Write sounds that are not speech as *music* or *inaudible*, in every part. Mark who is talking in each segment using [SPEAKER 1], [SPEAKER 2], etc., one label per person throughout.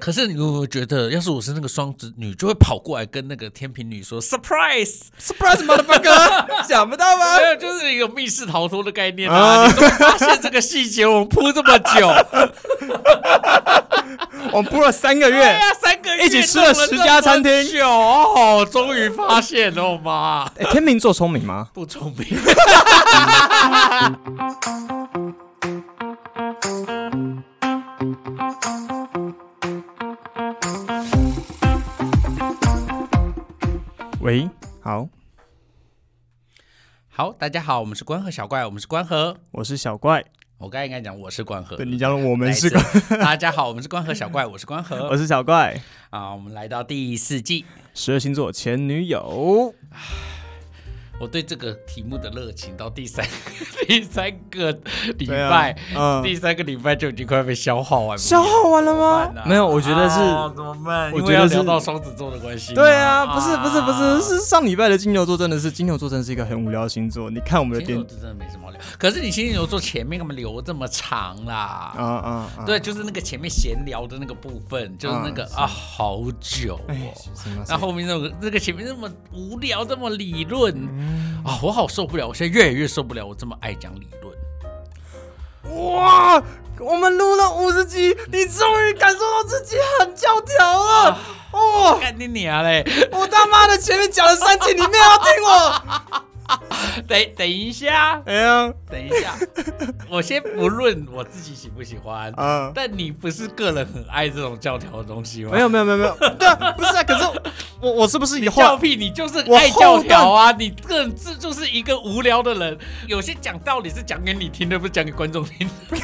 [SPEAKER 1] 可是你有没有觉得，要是我是那个双子女，就会跑过来跟那个天平女说 surprise，
[SPEAKER 2] Surprise motherfucker，想不
[SPEAKER 1] *laughs*
[SPEAKER 2] 到吧？
[SPEAKER 1] 没有，就是一个密室逃脱的概念啊！你怎么发现这个细节？我们铺这么久，
[SPEAKER 2] 我们铺了三
[SPEAKER 1] *laughs*
[SPEAKER 2] 个
[SPEAKER 1] 对
[SPEAKER 2] 月，
[SPEAKER 1] 呀，三个月
[SPEAKER 2] 一起吃了10家餐厅
[SPEAKER 1] 弄了这么久哦，终于发现了 *laughs* 妈，
[SPEAKER 2] 诶哎天秤座聪明吗？
[SPEAKER 1] 不聪明。
[SPEAKER 2] 喂，好，
[SPEAKER 1] 好，大家好，我们是关河小怪，我们是关河。
[SPEAKER 2] 我是小怪，
[SPEAKER 1] 我刚才应该讲我是关河，
[SPEAKER 2] 对你讲了我们是
[SPEAKER 1] 再，一次大家好，我们是关河小 *laughs* 怪，我是关河
[SPEAKER 2] 我是小怪，
[SPEAKER 1] 啊，我们来到第四季。
[SPEAKER 2] 十二星座前女友，
[SPEAKER 1] 我对这个题目的热情到第三 *laughs* 第三个礼
[SPEAKER 2] 对啊
[SPEAKER 1] 拜，
[SPEAKER 2] 嗯
[SPEAKER 1] 第三个礼拜就已经快被消耗完了。
[SPEAKER 2] 消耗完了
[SPEAKER 1] 怎么办
[SPEAKER 2] 吗？
[SPEAKER 1] 啊
[SPEAKER 2] 没有，我觉得是，
[SPEAKER 1] 哦怎么办？
[SPEAKER 2] 我
[SPEAKER 1] 因
[SPEAKER 2] 觉
[SPEAKER 1] 为
[SPEAKER 2] 得
[SPEAKER 1] 要
[SPEAKER 2] 是
[SPEAKER 1] 聊到双子座的关系吗。
[SPEAKER 2] 对啊，不是不是不是，是上礼拜的金牛座真的是金牛座真的是一个很无聊的星座，你看我们的
[SPEAKER 1] 金牛
[SPEAKER 2] 点
[SPEAKER 1] 座真的没什么好聊。可是你金牛座前面干嘛留这么长啦？
[SPEAKER 2] 啊啊啊，
[SPEAKER 1] 对，就是那个前面闲聊的那个部分，就是那个啊，好久
[SPEAKER 2] 哎
[SPEAKER 1] 哦。，
[SPEAKER 2] 什么？
[SPEAKER 1] 那后面那个那个前面那么无聊，那么理论
[SPEAKER 2] 嗯
[SPEAKER 1] 啊，我好受不了！我现在越来越受不了我这么爱讲理论。
[SPEAKER 2] 哇，我们录了五十集，你终于感受到自己很教条了。哦，
[SPEAKER 1] 干你娘嘞！ *laughs*
[SPEAKER 2] 我他妈的前面讲了三集，你没有要听我。
[SPEAKER 1] 等等一下，
[SPEAKER 2] *laughs* 哎呀，
[SPEAKER 1] 等一下，我先不论我自己喜不喜欢，
[SPEAKER 2] 啊，
[SPEAKER 1] 但你不是个人很爱这种教条的东西吗？
[SPEAKER 2] 没有没有没有没有， *laughs* 对啊，不是啊，可是我我是不是以后
[SPEAKER 1] 教
[SPEAKER 2] 啊
[SPEAKER 1] 屁，你就是
[SPEAKER 2] 我
[SPEAKER 1] 爱
[SPEAKER 2] 后
[SPEAKER 1] 教条啊！你个人这就是一个无聊的人。有些讲道理是讲给你听的，不是讲给观众听的。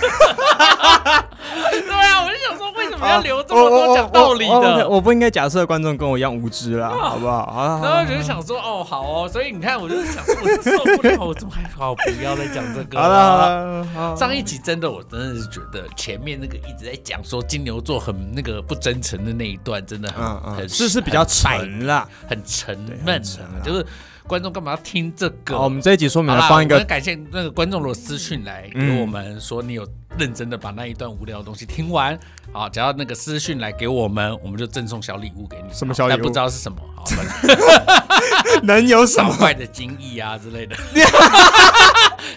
[SPEAKER 1] 对啊，我就想说，为什么要留这么
[SPEAKER 2] 我
[SPEAKER 1] 多
[SPEAKER 2] 我
[SPEAKER 1] 讲道理
[SPEAKER 2] 我我
[SPEAKER 1] 的？
[SPEAKER 2] 我不应该假设观众跟我一样无知
[SPEAKER 1] *laughs*
[SPEAKER 2] 啦，好不好？好好
[SPEAKER 1] 然后
[SPEAKER 2] 好
[SPEAKER 1] 我就想说，哦，好哦，所以你看，我就是想说，我真受不了，我这么害怕，我不要再讲这个
[SPEAKER 2] 好了，
[SPEAKER 1] *laughs*
[SPEAKER 2] 好了，
[SPEAKER 1] 上一集真的，我真的是觉得前面那个一直在讲说金牛座很那个不真诚的那一段，真的很、
[SPEAKER 2] 嗯嗯，
[SPEAKER 1] *laughs* 很
[SPEAKER 2] 是是比较
[SPEAKER 1] 很败
[SPEAKER 2] 沉啦。
[SPEAKER 1] 很沉
[SPEAKER 2] 对
[SPEAKER 1] 闷
[SPEAKER 2] 很沉
[SPEAKER 1] 啊
[SPEAKER 2] 啊，
[SPEAKER 1] 就是观众干嘛要听这个？
[SPEAKER 2] 好，我们这一集说明
[SPEAKER 1] 好
[SPEAKER 2] 了
[SPEAKER 1] 啦
[SPEAKER 2] 放一
[SPEAKER 1] 我们
[SPEAKER 2] 个，
[SPEAKER 1] 感谢那个观众如果私讯来给
[SPEAKER 2] 嗯
[SPEAKER 1] 我们说你有认真的把那一段无聊的东西听完，好，只要那个私讯来给我们，我们就赠送小礼物给你。
[SPEAKER 2] 什么小礼物
[SPEAKER 1] 好但不知道是什么，好，反
[SPEAKER 2] *laughs*
[SPEAKER 1] 正
[SPEAKER 2] 能有什
[SPEAKER 1] 小
[SPEAKER 2] 么？
[SPEAKER 1] 怪的金翼啊之
[SPEAKER 2] *laughs*
[SPEAKER 1] 类的。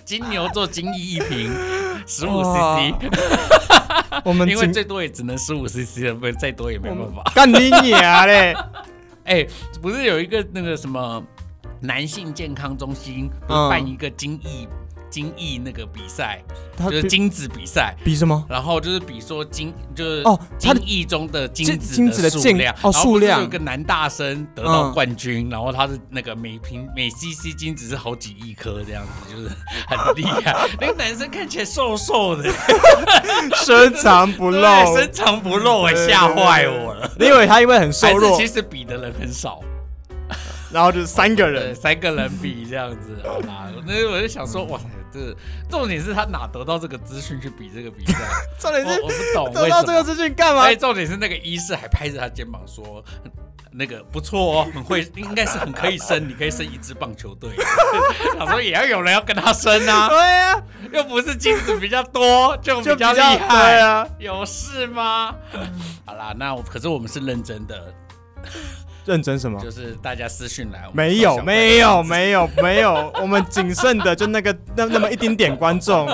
[SPEAKER 1] 金牛座金翼一瓶，十五
[SPEAKER 2] 哇
[SPEAKER 1] CC。
[SPEAKER 2] 我们
[SPEAKER 1] *laughs* 因为
[SPEAKER 2] 请
[SPEAKER 1] 最多也只能十五 CC 了，不再多也没办法。
[SPEAKER 2] *laughs* 干你
[SPEAKER 1] *laughs*
[SPEAKER 2] 娘嘞！
[SPEAKER 1] 哎、不是有一个那个什么男性健康中心不是
[SPEAKER 2] 嗯
[SPEAKER 1] 办一个精益、精益那个比赛，
[SPEAKER 2] 他
[SPEAKER 1] 就是
[SPEAKER 2] 比
[SPEAKER 1] 精子比赛。
[SPEAKER 2] 比
[SPEAKER 1] *laughs*
[SPEAKER 2] 什么？
[SPEAKER 1] 然后就是比说精就是
[SPEAKER 2] 哦
[SPEAKER 1] 精
[SPEAKER 2] 它的
[SPEAKER 1] 益中的精
[SPEAKER 2] 精
[SPEAKER 1] 子
[SPEAKER 2] 精子的
[SPEAKER 1] 数
[SPEAKER 2] 健
[SPEAKER 1] 量
[SPEAKER 2] 哦数量
[SPEAKER 1] 然后不是有个男大生得到
[SPEAKER 2] 嗯
[SPEAKER 1] 冠军，然后他是那个每瓶每 cc 精子是好几亿颗这样子，就是很厉
[SPEAKER 2] *laughs*
[SPEAKER 1] 害。那个男生看起来瘦瘦的，
[SPEAKER 2] 深藏不露。
[SPEAKER 1] 对，深藏不露，哎，
[SPEAKER 2] 对
[SPEAKER 1] 吓坏我了。
[SPEAKER 2] 你以为他因为很瘦
[SPEAKER 1] 还是
[SPEAKER 2] 弱
[SPEAKER 1] 其，实比的人很少，
[SPEAKER 2] 然后就是三个
[SPEAKER 1] 对，
[SPEAKER 2] 人，
[SPEAKER 1] 三个人比这样
[SPEAKER 2] *laughs*
[SPEAKER 1] 子，好啦，那我就想说，哇塞，这重点是他哪得到这个资讯去比这个比
[SPEAKER 2] *laughs*
[SPEAKER 1] 赛？
[SPEAKER 2] 重点
[SPEAKER 1] 我
[SPEAKER 2] 是
[SPEAKER 1] 我不懂
[SPEAKER 2] 得
[SPEAKER 1] 哦为
[SPEAKER 2] 到
[SPEAKER 1] 什
[SPEAKER 2] 哎这个
[SPEAKER 1] 么。
[SPEAKER 2] 资讯干嘛
[SPEAKER 1] 哎，？重点是那个医师还拍着他肩膀说。那个不错
[SPEAKER 2] *laughs*
[SPEAKER 1] 哦，很会，应该是很可以生，你可以生一支棒球队。 *laughs* 想说也要有人要跟他生啊，
[SPEAKER 2] *laughs* 对呀，
[SPEAKER 1] 又不是精子比较多，就
[SPEAKER 2] 就
[SPEAKER 1] 比较厉
[SPEAKER 2] 对
[SPEAKER 1] 害。
[SPEAKER 2] 啊，
[SPEAKER 1] 有事吗？ *laughs* 好啦，那我可是我们是认真的，
[SPEAKER 2] 认真什么？
[SPEAKER 1] 就是大家私讯来，我们
[SPEAKER 2] 啊没
[SPEAKER 1] 说
[SPEAKER 2] 有，
[SPEAKER 1] 小
[SPEAKER 2] 没
[SPEAKER 1] 怪
[SPEAKER 2] 有，
[SPEAKER 1] 的
[SPEAKER 2] 没有，没有，我们谨慎的，就那个那那么一丁点
[SPEAKER 1] *laughs*
[SPEAKER 2] 观众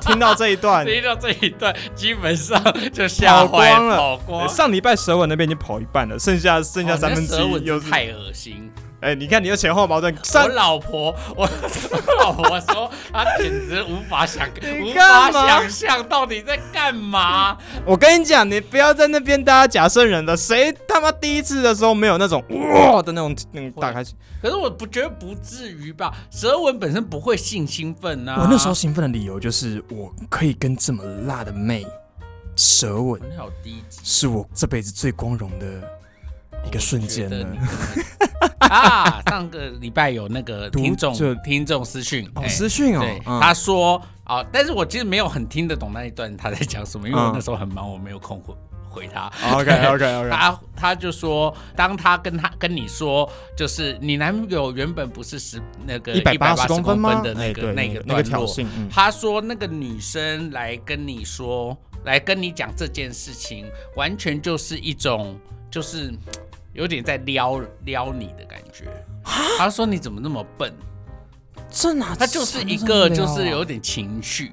[SPEAKER 2] 听到这一段，
[SPEAKER 1] 听到这一段，基本上就吓坏
[SPEAKER 2] 跑光了
[SPEAKER 1] 跑光。
[SPEAKER 2] 上礼拜蛇尾那边已经跑一半了，剩下剩下三分之
[SPEAKER 1] 哦那舌
[SPEAKER 2] 一
[SPEAKER 1] 吻
[SPEAKER 2] 又
[SPEAKER 1] 真
[SPEAKER 2] 是
[SPEAKER 1] 太恶心。
[SPEAKER 2] 哎，你看你又前后矛盾，
[SPEAKER 1] 我
[SPEAKER 2] 上
[SPEAKER 1] 老婆，我我老婆说，她简直无法想，无
[SPEAKER 2] *laughs* 你
[SPEAKER 1] 法
[SPEAKER 2] 干嘛
[SPEAKER 1] 想象到底在干嘛。
[SPEAKER 2] 我跟你讲，你不要在那边大家假圣人了，谁他妈第一次的时候没有那种哇的那种那种打开心？
[SPEAKER 1] 可是我不觉得不至于吧，舌吻本身不会性兴奋啊。
[SPEAKER 2] 我那时候兴奋的理由就是，我可以跟这么辣的妹舌吻，
[SPEAKER 1] 你好低级，
[SPEAKER 2] 是我这辈子最光荣的一个瞬间
[SPEAKER 1] 我觉得
[SPEAKER 2] 了
[SPEAKER 1] 你。啊，上个礼拜有那个
[SPEAKER 2] 读
[SPEAKER 1] 听众
[SPEAKER 2] 者
[SPEAKER 1] 听众私讯，
[SPEAKER 2] 哦，
[SPEAKER 1] 哎
[SPEAKER 2] 私讯哦
[SPEAKER 1] 对，，
[SPEAKER 2] 嗯
[SPEAKER 1] 他说啊、但是我其实没有很听得懂那一段他在讲什么，因为我
[SPEAKER 2] 嗯
[SPEAKER 1] 那时候很忙，我没有空回回他。 *laughs*
[SPEAKER 2] OK OK OK，
[SPEAKER 1] 他他就说，当他跟他跟你说，就是你男友原本不是十那个
[SPEAKER 2] 八
[SPEAKER 1] 180
[SPEAKER 2] 公
[SPEAKER 1] 公
[SPEAKER 2] 吗？
[SPEAKER 1] 的那
[SPEAKER 2] 哎
[SPEAKER 1] 个、
[SPEAKER 2] 对，
[SPEAKER 1] 那
[SPEAKER 2] 那
[SPEAKER 1] 个
[SPEAKER 2] 那个
[SPEAKER 1] 段
[SPEAKER 2] 挑
[SPEAKER 1] 落
[SPEAKER 2] 衅，嗯
[SPEAKER 1] 他说那个女生来跟你说，来跟你讲这件事情，完全就是一种就是嘖有点在撩撩你的感觉。
[SPEAKER 2] 啊
[SPEAKER 1] 他说你怎么那么笨？
[SPEAKER 2] 这哪？
[SPEAKER 1] 他就是一个
[SPEAKER 2] 啊
[SPEAKER 1] 就是有点情绪，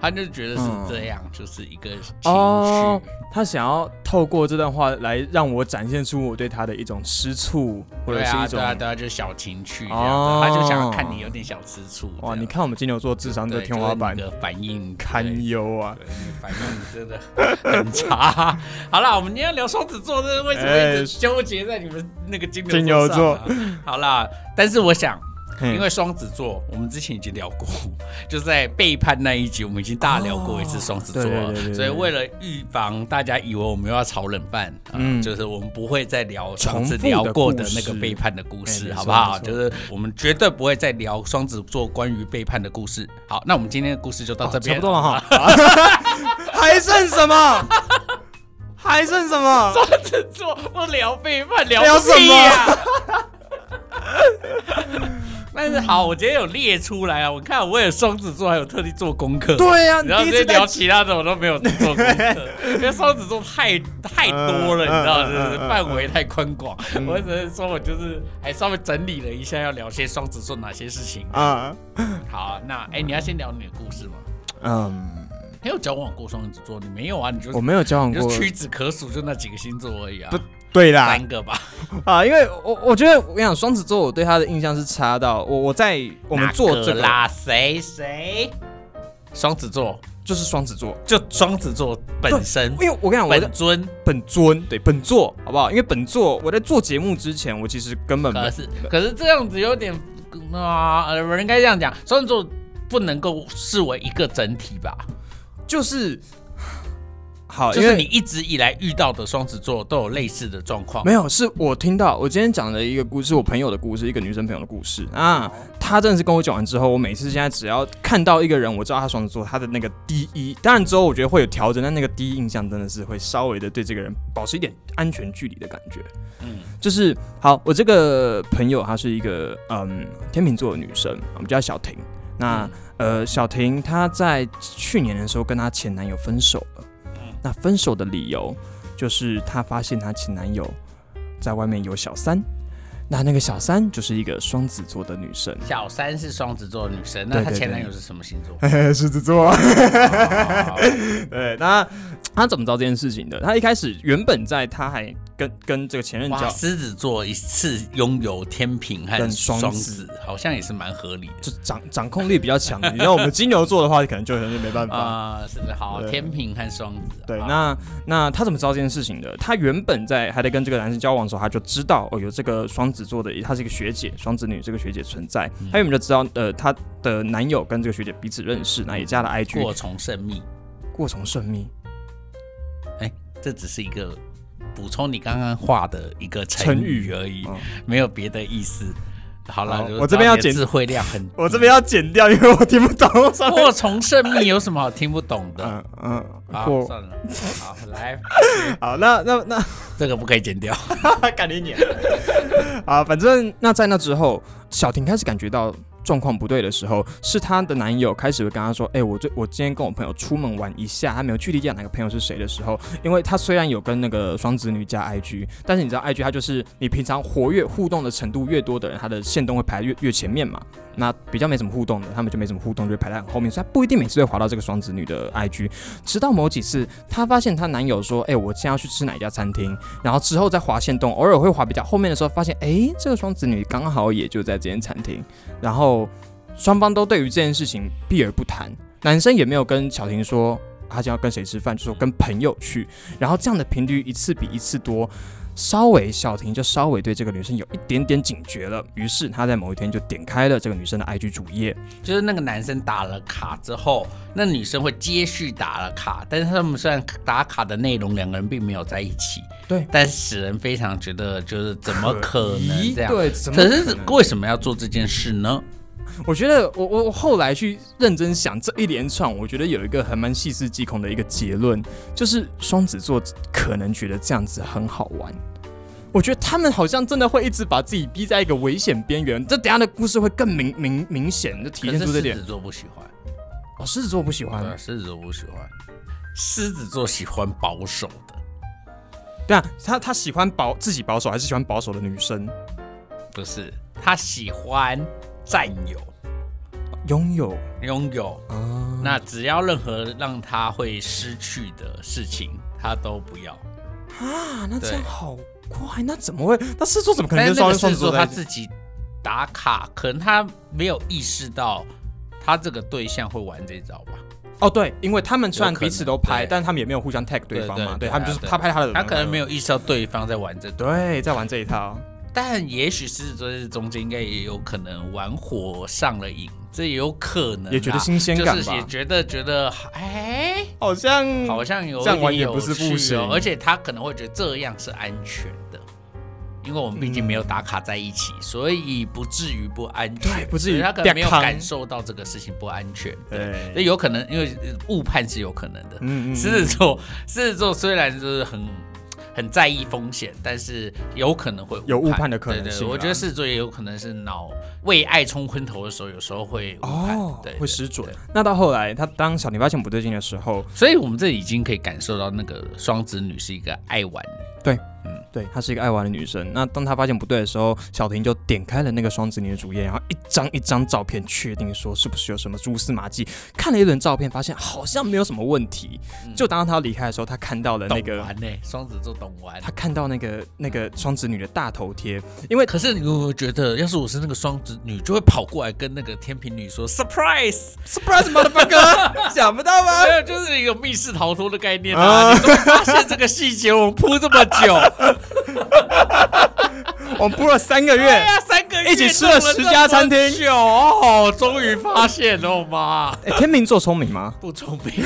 [SPEAKER 1] 他就觉得是
[SPEAKER 2] 嗯
[SPEAKER 1] 这样，就是一个情绪。
[SPEAKER 2] 哦
[SPEAKER 1] 对，
[SPEAKER 2] 他想要透过这段话来让我展现出我对他的一种吃醋，或者是
[SPEAKER 1] 啊，
[SPEAKER 2] 一
[SPEAKER 1] 对
[SPEAKER 2] 种
[SPEAKER 1] 啊，对啊，就是小情绪这样子，
[SPEAKER 2] 哦
[SPEAKER 1] 他就想要看你有点小吃醋。
[SPEAKER 2] 哇！
[SPEAKER 1] 这样
[SPEAKER 2] 你看我们金牛座智商的
[SPEAKER 1] 啊对
[SPEAKER 2] 天花板
[SPEAKER 1] 就是，你的反应
[SPEAKER 2] 堪忧啊！
[SPEAKER 1] 对你反应真的很差。好了，我们今天聊双子座，这为什么一直
[SPEAKER 2] 哎
[SPEAKER 1] 纠结在你们那个金牛
[SPEAKER 2] 金牛
[SPEAKER 1] 座上啊？好啦，但是我想，
[SPEAKER 2] 嗯
[SPEAKER 1] 因为双子座，我们之前已经聊过，就在背叛那一集，我们已经大聊过一次双子座
[SPEAKER 2] 哦对对对
[SPEAKER 1] 了。
[SPEAKER 2] 对
[SPEAKER 1] 所以为了预防大家以为我们又要炒冷饭，嗯，
[SPEAKER 2] 嗯
[SPEAKER 1] 就是我们不会再聊上次
[SPEAKER 2] 重复的
[SPEAKER 1] 聊过的
[SPEAKER 2] 故事
[SPEAKER 1] 那个背叛的故
[SPEAKER 2] 哎
[SPEAKER 1] 事，
[SPEAKER 2] 没错
[SPEAKER 1] 好不好？
[SPEAKER 2] 没错
[SPEAKER 1] 就是我们绝对不会再聊双子座关于背叛的故事。好，那我们今天的故事就到这
[SPEAKER 2] 差
[SPEAKER 1] 边，
[SPEAKER 2] 不多了哈， *laughs* 还剩什么？还剩
[SPEAKER 1] *laughs*
[SPEAKER 2] 什么？ *laughs*
[SPEAKER 1] 双子座不聊背叛，聊
[SPEAKER 2] 聊什么
[SPEAKER 1] 屁呀？ *laughs* 但是好，我今天有列出来啊，我看我有双子座，还有特地做功课。
[SPEAKER 2] 对呀，你
[SPEAKER 1] 然后
[SPEAKER 2] 第
[SPEAKER 1] 这些
[SPEAKER 2] 一次
[SPEAKER 1] 聊
[SPEAKER 2] 带
[SPEAKER 1] 其他的我都没有做功
[SPEAKER 2] *laughs*
[SPEAKER 1] 课，因为双子座太太多了，你知道，
[SPEAKER 2] 嗯嗯
[SPEAKER 1] 就是
[SPEAKER 2] 嗯嗯
[SPEAKER 1] 范围太宽广。我只能说，我就是还稍微整理了一下，要聊些双子座哪些事情。
[SPEAKER 2] 啊，
[SPEAKER 1] 好，那哎，你要先聊你的故事吗？
[SPEAKER 2] 嗯，
[SPEAKER 1] 你有交往过双子座？你没有啊？你就
[SPEAKER 2] 我没有交往
[SPEAKER 1] 你就
[SPEAKER 2] 过。
[SPEAKER 1] 屈指可数，就那几个星座而已啊
[SPEAKER 2] 不，对啦，
[SPEAKER 1] 三个吧。
[SPEAKER 2] 啊，因为我我觉得我跟你讲，双子座我对他的印象是差到我我在我们做这
[SPEAKER 1] 哪
[SPEAKER 2] 个
[SPEAKER 1] 啦，谁谁？双子座，
[SPEAKER 2] 就是双子座，
[SPEAKER 1] 就双子座本身
[SPEAKER 2] 因为我跟你讲，我
[SPEAKER 1] 本
[SPEAKER 2] 的
[SPEAKER 1] 尊，
[SPEAKER 2] 本尊对本座好不好？因为本座我在做节目之前，我其实根本
[SPEAKER 1] 可
[SPEAKER 2] 没
[SPEAKER 1] 是可是这样子有点啊，呃，我应该这样讲，双子座不能够视为一个整体吧？
[SPEAKER 2] 就是 *sighs* 好，
[SPEAKER 1] 就
[SPEAKER 2] 哦因
[SPEAKER 1] 是
[SPEAKER 2] 为
[SPEAKER 1] 你一直以来遇到的双子座都有类似的状况
[SPEAKER 2] 没。有，是我听到我今天讲的一个故事，我朋友的故事，一个女生朋友的故事啊。她真的是跟我讲完之后，我每次现在只要看到一个人，我知道他双子座，他的那个第一，当然之后我觉得会有调整，但那个第一印象真的是会稍微的对这个人保持一点安全距离的感觉。
[SPEAKER 1] 嗯，
[SPEAKER 2] 就是好，我这个朋友她是一个嗯天秤座的女生，我们叫小婷。
[SPEAKER 1] 嗯
[SPEAKER 2] 那、呃，小婷她在去年的时候跟她前男友分手了。那分手的理由就是她发现她前男友在外面有小三。那那个小三就是一个双子座的女生，
[SPEAKER 1] 小三是双子座的女生，那她
[SPEAKER 2] 对对
[SPEAKER 1] 前
[SPEAKER 2] 对
[SPEAKER 1] 男友是什么星座？
[SPEAKER 2] *laughs* 狮子座。
[SPEAKER 1] 哦
[SPEAKER 2] *laughs* 对，那她怎么知道这件事情的？她一开始原本在她还跟跟这个前任
[SPEAKER 1] 哇，
[SPEAKER 2] 交，
[SPEAKER 1] 狮子座一次拥有天平和
[SPEAKER 2] 跟
[SPEAKER 1] 双
[SPEAKER 2] 双
[SPEAKER 1] 子，
[SPEAKER 2] 子
[SPEAKER 1] 好像也是蛮合理的。
[SPEAKER 2] 就掌掌控力比较强。你知道我们金牛座的话，可能就可能就没办法。
[SPEAKER 1] 啊、是的，好，
[SPEAKER 2] 对
[SPEAKER 1] 天平和双子。
[SPEAKER 2] 对，
[SPEAKER 1] 好
[SPEAKER 2] 那那他怎么知道这件事情的？他原本在还在跟这个男生交往的时候，他就知道哦，有这个双子座的，她是一个学姐，双子女这个学姐存在。他原本就知道，呃，她的男友跟这个学姐彼此认识，那也加了 IG，
[SPEAKER 1] 过从甚密，
[SPEAKER 2] 过从甚密，
[SPEAKER 1] 这只是一个补充你刚刚画的一个成
[SPEAKER 2] 成
[SPEAKER 1] 语
[SPEAKER 2] 语
[SPEAKER 1] 而已，
[SPEAKER 2] 嗯
[SPEAKER 1] 没有别的意思。好了，
[SPEAKER 2] 好
[SPEAKER 1] 就是
[SPEAKER 2] 我这边要
[SPEAKER 1] 知道你的
[SPEAKER 2] 剪
[SPEAKER 1] 智慧量很，
[SPEAKER 2] *laughs* 我这边要剪掉，因为我听不懂。上面
[SPEAKER 1] 过从甚密有什么好听不懂
[SPEAKER 2] *laughs*
[SPEAKER 1] 的？
[SPEAKER 2] 嗯嗯，
[SPEAKER 1] 啊，
[SPEAKER 2] 过
[SPEAKER 1] 算了，好，来，
[SPEAKER 2] 好，那那那
[SPEAKER 1] 这个不可以剪掉。 *laughs*
[SPEAKER 2] 感觉你 *laughs* 啊，反正那在那之后，小婷开始感觉到状况不对的时候，是她的男友开始会跟她说：“哎、我最我今天跟我朋友出门玩一下，她没有具体讲哪个朋友是谁的时候，因为她虽然有跟那个双子女加 IG，但是你知道 IG 它就是你平常活跃互动的程度越多的人，她的线动会排越越前面嘛。那比较没什么互动的，他们就没什么互动，就会排在很后面，所以她不一定每次会滑到这个双子女的 IG。直到某几次，她发现她男友说：“哎、我今天要去吃哪一家餐厅？”然后之后再滑线动，偶尔会滑比较后面的时候，发现诶，这个双子女刚好也就在这间餐厅，然后双方都对于这件事情避而不谈，男生也没有跟小婷说他今天要跟谁吃饭，就说跟朋友去，然后这样的频率一次比一次多。稍微，小婷就稍微对这个女生有一点点警觉了。于是她在某一天就点开了这个女生的 IG 主页，
[SPEAKER 1] 就是那个男生打了卡之后，那女生会接续打了卡，但是他们虽然打卡的内容两个人并没有在一起，
[SPEAKER 2] 对
[SPEAKER 1] 但使人非常觉得就是怎么可能
[SPEAKER 2] 咦
[SPEAKER 1] 这样？
[SPEAKER 2] 对，怎么
[SPEAKER 1] 可是
[SPEAKER 2] 能
[SPEAKER 1] 为什么要做这件事呢？
[SPEAKER 2] 我觉得我我我后来去认真想这一连串，我觉得有一个还蛮细思极恐的一个结论，就是双子座可能觉得这样子很好玩。我觉得他们好像真的会一直把自己逼在一个危险边缘，这等一下的故事会更明明明显的体
[SPEAKER 1] 可
[SPEAKER 2] 现
[SPEAKER 1] 是
[SPEAKER 2] 出这
[SPEAKER 1] 狮
[SPEAKER 2] 点
[SPEAKER 1] 子。座不喜欢，啊
[SPEAKER 2] 哦，狮子座不喜欢
[SPEAKER 1] 对，狮子座不喜欢。狮子座喜欢保守的，
[SPEAKER 2] 对啊，他他喜欢保自己保守，还是喜欢保守的女生
[SPEAKER 1] 不是他喜欢占有、
[SPEAKER 2] 拥有
[SPEAKER 1] 拥有。
[SPEAKER 2] 啊？
[SPEAKER 1] 那只要任何让他会失去的事情，他都不要。
[SPEAKER 2] 啊，那这
[SPEAKER 1] 对
[SPEAKER 2] 样好怪，那怎么会？那狮子座怎么可能
[SPEAKER 1] 但
[SPEAKER 2] 跟
[SPEAKER 1] 哎是那
[SPEAKER 2] 双
[SPEAKER 1] 个狮
[SPEAKER 2] 鱼双子
[SPEAKER 1] 子
[SPEAKER 2] 座
[SPEAKER 1] 座
[SPEAKER 2] 在
[SPEAKER 1] 他
[SPEAKER 2] 一起？
[SPEAKER 1] 自己打卡，可能他没有意识到他这个对象会玩这招吧。
[SPEAKER 2] 哦，对，因为他们虽然
[SPEAKER 1] 有可能
[SPEAKER 2] 彼此都拍，
[SPEAKER 1] 对
[SPEAKER 2] 但他们也没有互相 tag 对方嘛，
[SPEAKER 1] 对对对
[SPEAKER 2] 对他们就是
[SPEAKER 1] 对
[SPEAKER 2] 他拍他的，
[SPEAKER 1] 他可能没有意识到对方在玩这个，
[SPEAKER 2] 对在玩这一套。
[SPEAKER 1] 但也许狮子座在这中间应该也有可能玩火上了瘾，这也有可能啊
[SPEAKER 2] 也觉得新鲜感吧
[SPEAKER 1] 就是也觉得觉得哎，
[SPEAKER 2] 好像
[SPEAKER 1] 好像有一
[SPEAKER 2] 这样玩
[SPEAKER 1] 点
[SPEAKER 2] 也
[SPEAKER 1] 有
[SPEAKER 2] 不是不
[SPEAKER 1] 趣
[SPEAKER 2] 行
[SPEAKER 1] 哦，而且他可能会觉得这样是安全的。因为我们毕竟没有打卡在一起，所以不至于不安
[SPEAKER 2] 嗯对
[SPEAKER 1] 全，
[SPEAKER 2] 不至于
[SPEAKER 1] 所以他可能没有
[SPEAKER 2] 啪康
[SPEAKER 1] 感受到这个事情不安全，
[SPEAKER 2] 对
[SPEAKER 1] 所以有可能因为误判是有可能的，
[SPEAKER 2] 嗯嗯
[SPEAKER 1] 狮子座，狮子座虽然就是很很在意风险，但是有可能会
[SPEAKER 2] 有误判的可能性啊
[SPEAKER 1] 对对，我觉得狮子座也有可能是脑为爱冲昏头的时候，有时候会误判，
[SPEAKER 2] 哦
[SPEAKER 1] 对，
[SPEAKER 2] 会
[SPEAKER 1] 对
[SPEAKER 2] 失准
[SPEAKER 1] 对。
[SPEAKER 2] 那到后来，他当小林发现不对劲的时候，
[SPEAKER 1] 所以我们这里已经可以感受到那个双子女是一个爱玩，
[SPEAKER 2] 对她是一个爱玩的女生。那当她发现不对的时候，小婷就点开了那个双子女的主页，然后一张一张照片确定说是不是有什么蛛丝马迹。看了一轮照片，发现好像没有什么问题。
[SPEAKER 1] 嗯
[SPEAKER 2] 就当她要离开的时候，她看到了那
[SPEAKER 1] 懂
[SPEAKER 2] 个
[SPEAKER 1] 玩呢、欸双子座懂玩。
[SPEAKER 2] 她看到那个那个双子女的大头贴，因为
[SPEAKER 1] 可是你会不会觉得，要是我是那个双子女，就会跑过来跟那个天平女说 surprise，
[SPEAKER 2] surprise *laughs* motherfucker，想不到
[SPEAKER 1] *laughs*
[SPEAKER 2] 吧？
[SPEAKER 1] 没有，就是一个密室逃脱的概念啊！你终于发现这个细节，我们铺这么
[SPEAKER 2] *laughs*
[SPEAKER 1] 久，
[SPEAKER 2] 我们播了三个
[SPEAKER 1] 对
[SPEAKER 2] 月。
[SPEAKER 1] 啊，三个月
[SPEAKER 2] 一起吃了10家餐厅
[SPEAKER 1] 久哦，终于发现了
[SPEAKER 2] *laughs*
[SPEAKER 1] 嘛，
[SPEAKER 2] 哎，天秤座聪明吗？
[SPEAKER 1] 不聪 *laughs* 明。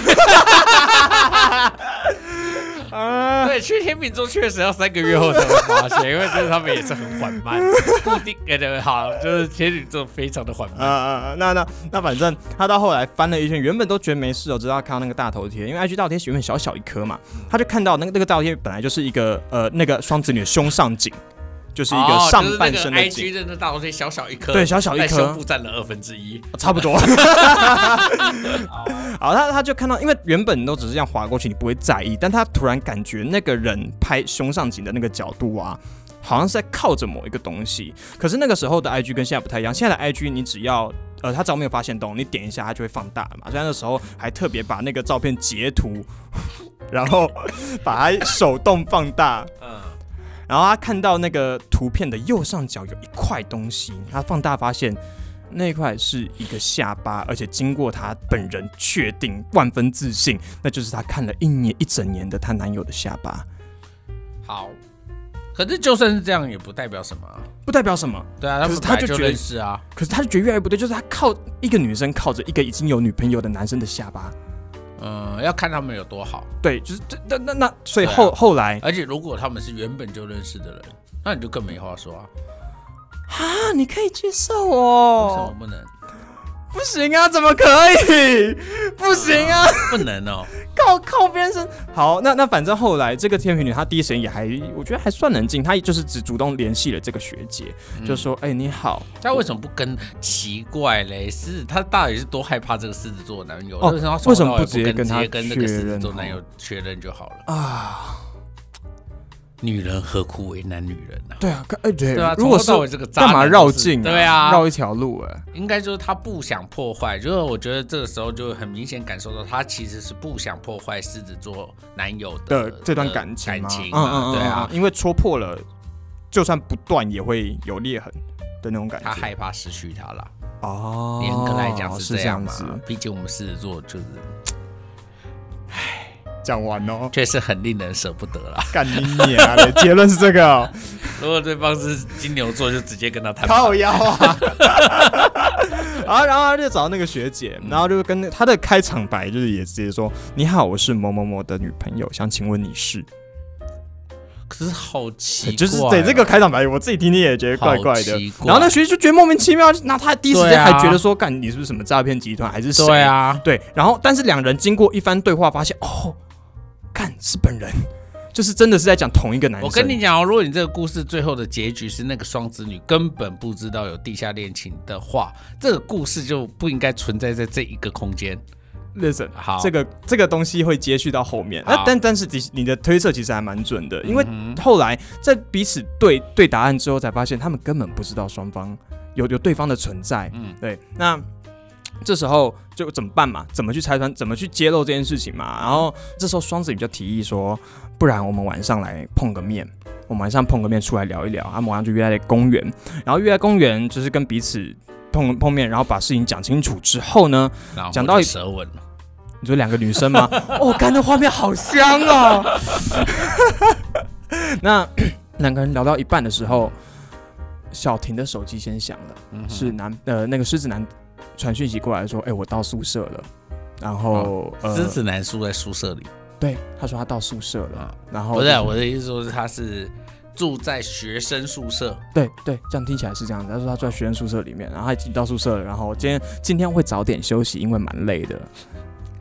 [SPEAKER 2] 啊，
[SPEAKER 1] 对，去天秤座确实要三个月后才会发现，因为就是他们也是很缓
[SPEAKER 2] *laughs*
[SPEAKER 1] 慢，固定哎对，好，就是天秤座非常的缓慢。
[SPEAKER 2] 啊、那那那反正他到后来翻了一圈，原本都觉得没事哦，直到他看到那个大头贴，因为 IG 大头贴原本小小一颗嘛，他就看到那个那个大头贴本来就是一个呃那个双子女的胸上景，就是一个
[SPEAKER 1] 哦
[SPEAKER 2] 上半身的
[SPEAKER 1] 就
[SPEAKER 2] 景，
[SPEAKER 1] 是那个 IG 真的大头贴小小一颗，
[SPEAKER 2] 对小小一颗
[SPEAKER 1] 但胸部占了二分之一。
[SPEAKER 2] 差不多。 *laughs* 好，他他就看到，因为原本都只是这样划过去，你不会在意，但他突然感觉那个人拍胸上景的那个角度啊。好像是在靠着某一个东西，可是那个时候的 IG 跟现在不太一样。现在的 IG 你只要呃，他只要没有发现洞，你点一下它就会放大了嘛。所以那时候还特别把那个照片截图， *laughs* 然后把它手动放大，
[SPEAKER 1] 嗯，
[SPEAKER 2] 然后他看到那个图片的右上角有一块东西，他放大发现那块是一个下巴，而且经过他本人确定，万分自信，那就是他看了一年一整年的她男友的下巴，
[SPEAKER 1] 好。可是就算是这样，也不代表什么啊。
[SPEAKER 2] 不代表什么。
[SPEAKER 1] 对啊，
[SPEAKER 2] 可
[SPEAKER 1] 们
[SPEAKER 2] 是他
[SPEAKER 1] 本来
[SPEAKER 2] 就
[SPEAKER 1] 就
[SPEAKER 2] 觉得
[SPEAKER 1] 认识啊。
[SPEAKER 2] 可是他就觉得越来越不对，就是他靠一个女生靠着一个已经有女朋友的男生的下巴，
[SPEAKER 1] 嗯，要看他们有多好。
[SPEAKER 2] 对，就是这那那那，所以
[SPEAKER 1] 对啊
[SPEAKER 2] 后、后来
[SPEAKER 1] 而且如果他们是原本就认识的人，那你就更没话说啊。
[SPEAKER 2] 啊，你可以接受
[SPEAKER 1] 为什么
[SPEAKER 2] 哦，
[SPEAKER 1] 不能？ *coughs*
[SPEAKER 2] 不行啊，怎么可以？不行啊。
[SPEAKER 1] 不能哦。
[SPEAKER 2] 靠靠边身。好，那那反正后来这个天平女她第一时间也还，我觉得还算冷静，她就是只主动联系了这个学姐，
[SPEAKER 1] 嗯
[SPEAKER 2] 就说：“哎、你好。
[SPEAKER 1] 他为什么不跟？奇怪嘞，狮子他到底是多害怕这个狮子座男友？
[SPEAKER 2] 哦
[SPEAKER 1] 为什么
[SPEAKER 2] 为什么
[SPEAKER 1] 不
[SPEAKER 2] 不直接
[SPEAKER 1] 跟
[SPEAKER 2] 跟他
[SPEAKER 1] 直接跟那个狮
[SPEAKER 2] 确
[SPEAKER 1] 子
[SPEAKER 2] 认
[SPEAKER 1] 座
[SPEAKER 2] 哦
[SPEAKER 1] 男友确认就好了？”
[SPEAKER 2] 啊，
[SPEAKER 1] 女人何苦为难女人呢、啊？
[SPEAKER 2] 对啊，可哎、对
[SPEAKER 1] 对啊，
[SPEAKER 2] 如果
[SPEAKER 1] 从头到尾
[SPEAKER 2] 是
[SPEAKER 1] 这个渣
[SPEAKER 2] 干嘛
[SPEAKER 1] 男
[SPEAKER 2] 绕
[SPEAKER 1] 都是
[SPEAKER 2] 境、
[SPEAKER 1] 对啊，
[SPEAKER 2] 绕一条路哎、
[SPEAKER 1] 应该就是他不想破坏，就是我觉得这个时候就很明显感受到他其实是不想破坏狮子座男友
[SPEAKER 2] 的
[SPEAKER 1] 的
[SPEAKER 2] 这段
[SPEAKER 1] 的
[SPEAKER 2] 感情
[SPEAKER 1] 感
[SPEAKER 2] 嘛，
[SPEAKER 1] 情
[SPEAKER 2] 嗯
[SPEAKER 1] 啊，对啊，
[SPEAKER 2] 因为戳破了，就算不断也会有裂痕的那种感
[SPEAKER 1] 他
[SPEAKER 2] 觉。
[SPEAKER 1] 害怕失去他啦。
[SPEAKER 2] 哦，
[SPEAKER 1] 严格来讲
[SPEAKER 2] 是
[SPEAKER 1] 这样嘛
[SPEAKER 2] 子，
[SPEAKER 1] 毕竟我们狮子座就是
[SPEAKER 2] 讲完哦，
[SPEAKER 1] 确实很令人舍不得
[SPEAKER 2] *laughs*
[SPEAKER 1] 啦。
[SPEAKER 2] 干你娘嘞！ *laughs* 结论是这个、哦。
[SPEAKER 1] 如果对方是金牛座，就直接跟他谈判。
[SPEAKER 2] 靠腰 *laughs* 啊！然后，然后他就找到那个学姐，然后就跟那他的开场白就是也直接说：“你好，我是某某某的女朋友，想请问你是
[SPEAKER 1] 可是好？”奇怪哦，
[SPEAKER 2] 就是对这个开场白，我自己听听也觉得怪怪的
[SPEAKER 1] 好奇。怪
[SPEAKER 2] 然后那学姐就觉得莫名其妙，那他第一时
[SPEAKER 1] 对
[SPEAKER 2] 间
[SPEAKER 1] 啊
[SPEAKER 2] 还觉得说：“干、你是不是什么诈骗集团还是谁？”
[SPEAKER 1] 对，啊，
[SPEAKER 2] 对。然后，但是两人经过一番对话，发现哦，干是本人，就是真的是在讲同一个男生。
[SPEAKER 1] 我跟你讲哦，如果你这个故事最后的结局是那个双子女根本不知道有地下恋情的话，这个故事就不应该存在在这一个空间。
[SPEAKER 2] listen，
[SPEAKER 1] 好
[SPEAKER 2] 这个这个东西会接续到后面。那
[SPEAKER 1] 好
[SPEAKER 2] 但但是你你的推测其实还蛮准的，因为
[SPEAKER 1] 嗯
[SPEAKER 2] 后来在彼此对对答案之后，才发现他们根本不知道双方有有对方的存在。
[SPEAKER 1] 嗯
[SPEAKER 2] 对，那这时候就怎么办嘛？怎么去拆穿？怎么去揭露这件事情
[SPEAKER 1] 嗯
[SPEAKER 2] 嘛？然后这时候双子女就提议说，不然我们晚上来碰个面。我们晚上碰个面出来聊一聊，他们晚上就约在公园，然后约在公园就是跟彼此碰碰面，然后把事情讲清楚之后呢，
[SPEAKER 1] 然后
[SPEAKER 2] 讲到
[SPEAKER 1] 我
[SPEAKER 2] 一
[SPEAKER 1] 就舌吻了，
[SPEAKER 2] 你说两个女生吗？ *laughs* 哦，干的画面好香哦。 *laughs* 那两个人聊到一半的时候，小婷的手机先响了，
[SPEAKER 1] 嗯哼
[SPEAKER 2] 是男呃那个狮子男传讯息过来说，哎、我到宿舍了。然后、呃，
[SPEAKER 1] 啊狮子男住在宿舍里
[SPEAKER 2] 对他说他到宿舍了，
[SPEAKER 1] 啊，
[SPEAKER 2] 然后
[SPEAKER 1] 不是
[SPEAKER 2] 就
[SPEAKER 1] 啊我的意思说是他是住在学生宿舍，
[SPEAKER 2] 对对，这样听起来是这样子。他说他住在学生宿舍里面，然后他已经到宿舍了，然后今天今天会早点休息，因为蛮累的。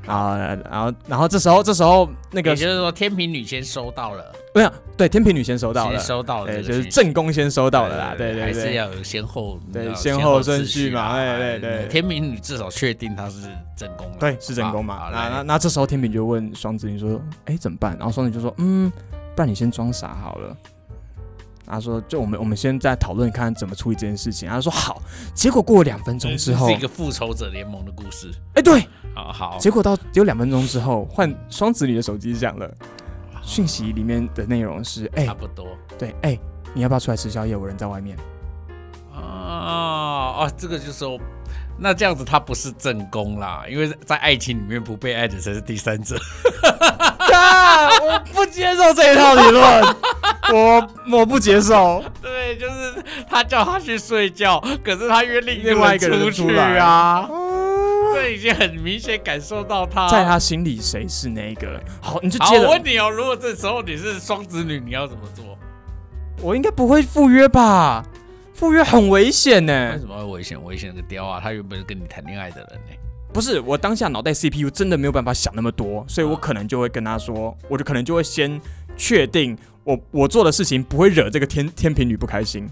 [SPEAKER 2] 啊，然后然后这时候这时候那
[SPEAKER 1] 也
[SPEAKER 2] 个
[SPEAKER 1] 就是说天平女先收到了，
[SPEAKER 2] 没有对天平女先收到了
[SPEAKER 1] 先，收到了
[SPEAKER 2] 对，
[SPEAKER 1] 这个
[SPEAKER 2] 就是
[SPEAKER 1] 讯息
[SPEAKER 2] 正宫先收到了啦，对
[SPEAKER 1] 还
[SPEAKER 2] 对
[SPEAKER 1] 是
[SPEAKER 2] 对，
[SPEAKER 1] 要有先后
[SPEAKER 2] 对
[SPEAKER 1] 要有
[SPEAKER 2] 先后
[SPEAKER 1] 顺
[SPEAKER 2] 顺序嘛哎
[SPEAKER 1] 啦
[SPEAKER 2] 对对对
[SPEAKER 1] 哎天明女至少确定她是正宫了，
[SPEAKER 2] 对是正宫嘛
[SPEAKER 1] 好。好
[SPEAKER 2] 那那
[SPEAKER 1] 来
[SPEAKER 2] 那这时候天平就问双子女说：“哎，怎么办？”然后双子就说：“嗯，不然你先装傻好了。”他说：“就我们我们先再讨论看怎么处理这件事情。”他说：“好。”哎结果过了两分钟之后
[SPEAKER 1] 是一，个复仇者联盟的故事，
[SPEAKER 2] 哎，对，
[SPEAKER 1] 好好，
[SPEAKER 2] 结果到只有两分钟之后，换双子女的手机响了，讯息里面的内容是：“哎
[SPEAKER 1] 差，不多。
[SPEAKER 2] 对，哎，你要不要出来吃宵夜？我人在外 *laughs* 面。”
[SPEAKER 1] 哦啊哦，这个就是说，那这样子他不是正宫啦，因为在爱情里面不被爱的才是第三者。 *laughs*
[SPEAKER 2] 啊！我不接受这一套理论，我我不接受。
[SPEAKER 1] 对，就是他叫他去睡觉，可是他约另
[SPEAKER 2] 另外一个人
[SPEAKER 1] 出
[SPEAKER 2] 出
[SPEAKER 1] 去
[SPEAKER 2] 来
[SPEAKER 1] 啊， *laughs* 这已经很明显感受到他
[SPEAKER 2] 在他心里，谁是那个？好，你就
[SPEAKER 1] 好，
[SPEAKER 2] 接着。
[SPEAKER 1] 我
[SPEAKER 2] 我
[SPEAKER 1] 问你哦，如果这时候你是双子女，你要怎么做？
[SPEAKER 2] 我应该不会赴约吧？赴约很危险呢、
[SPEAKER 1] 为什么会危险？危险个雕啊！他原本是跟你谈恋爱的人呢、
[SPEAKER 2] 不是，我当下脑袋 CPU 真的没有办法想那么多，所以我可能就会跟他说，我就可能就会先确定我我做的事情不会惹这个天天平女不开心。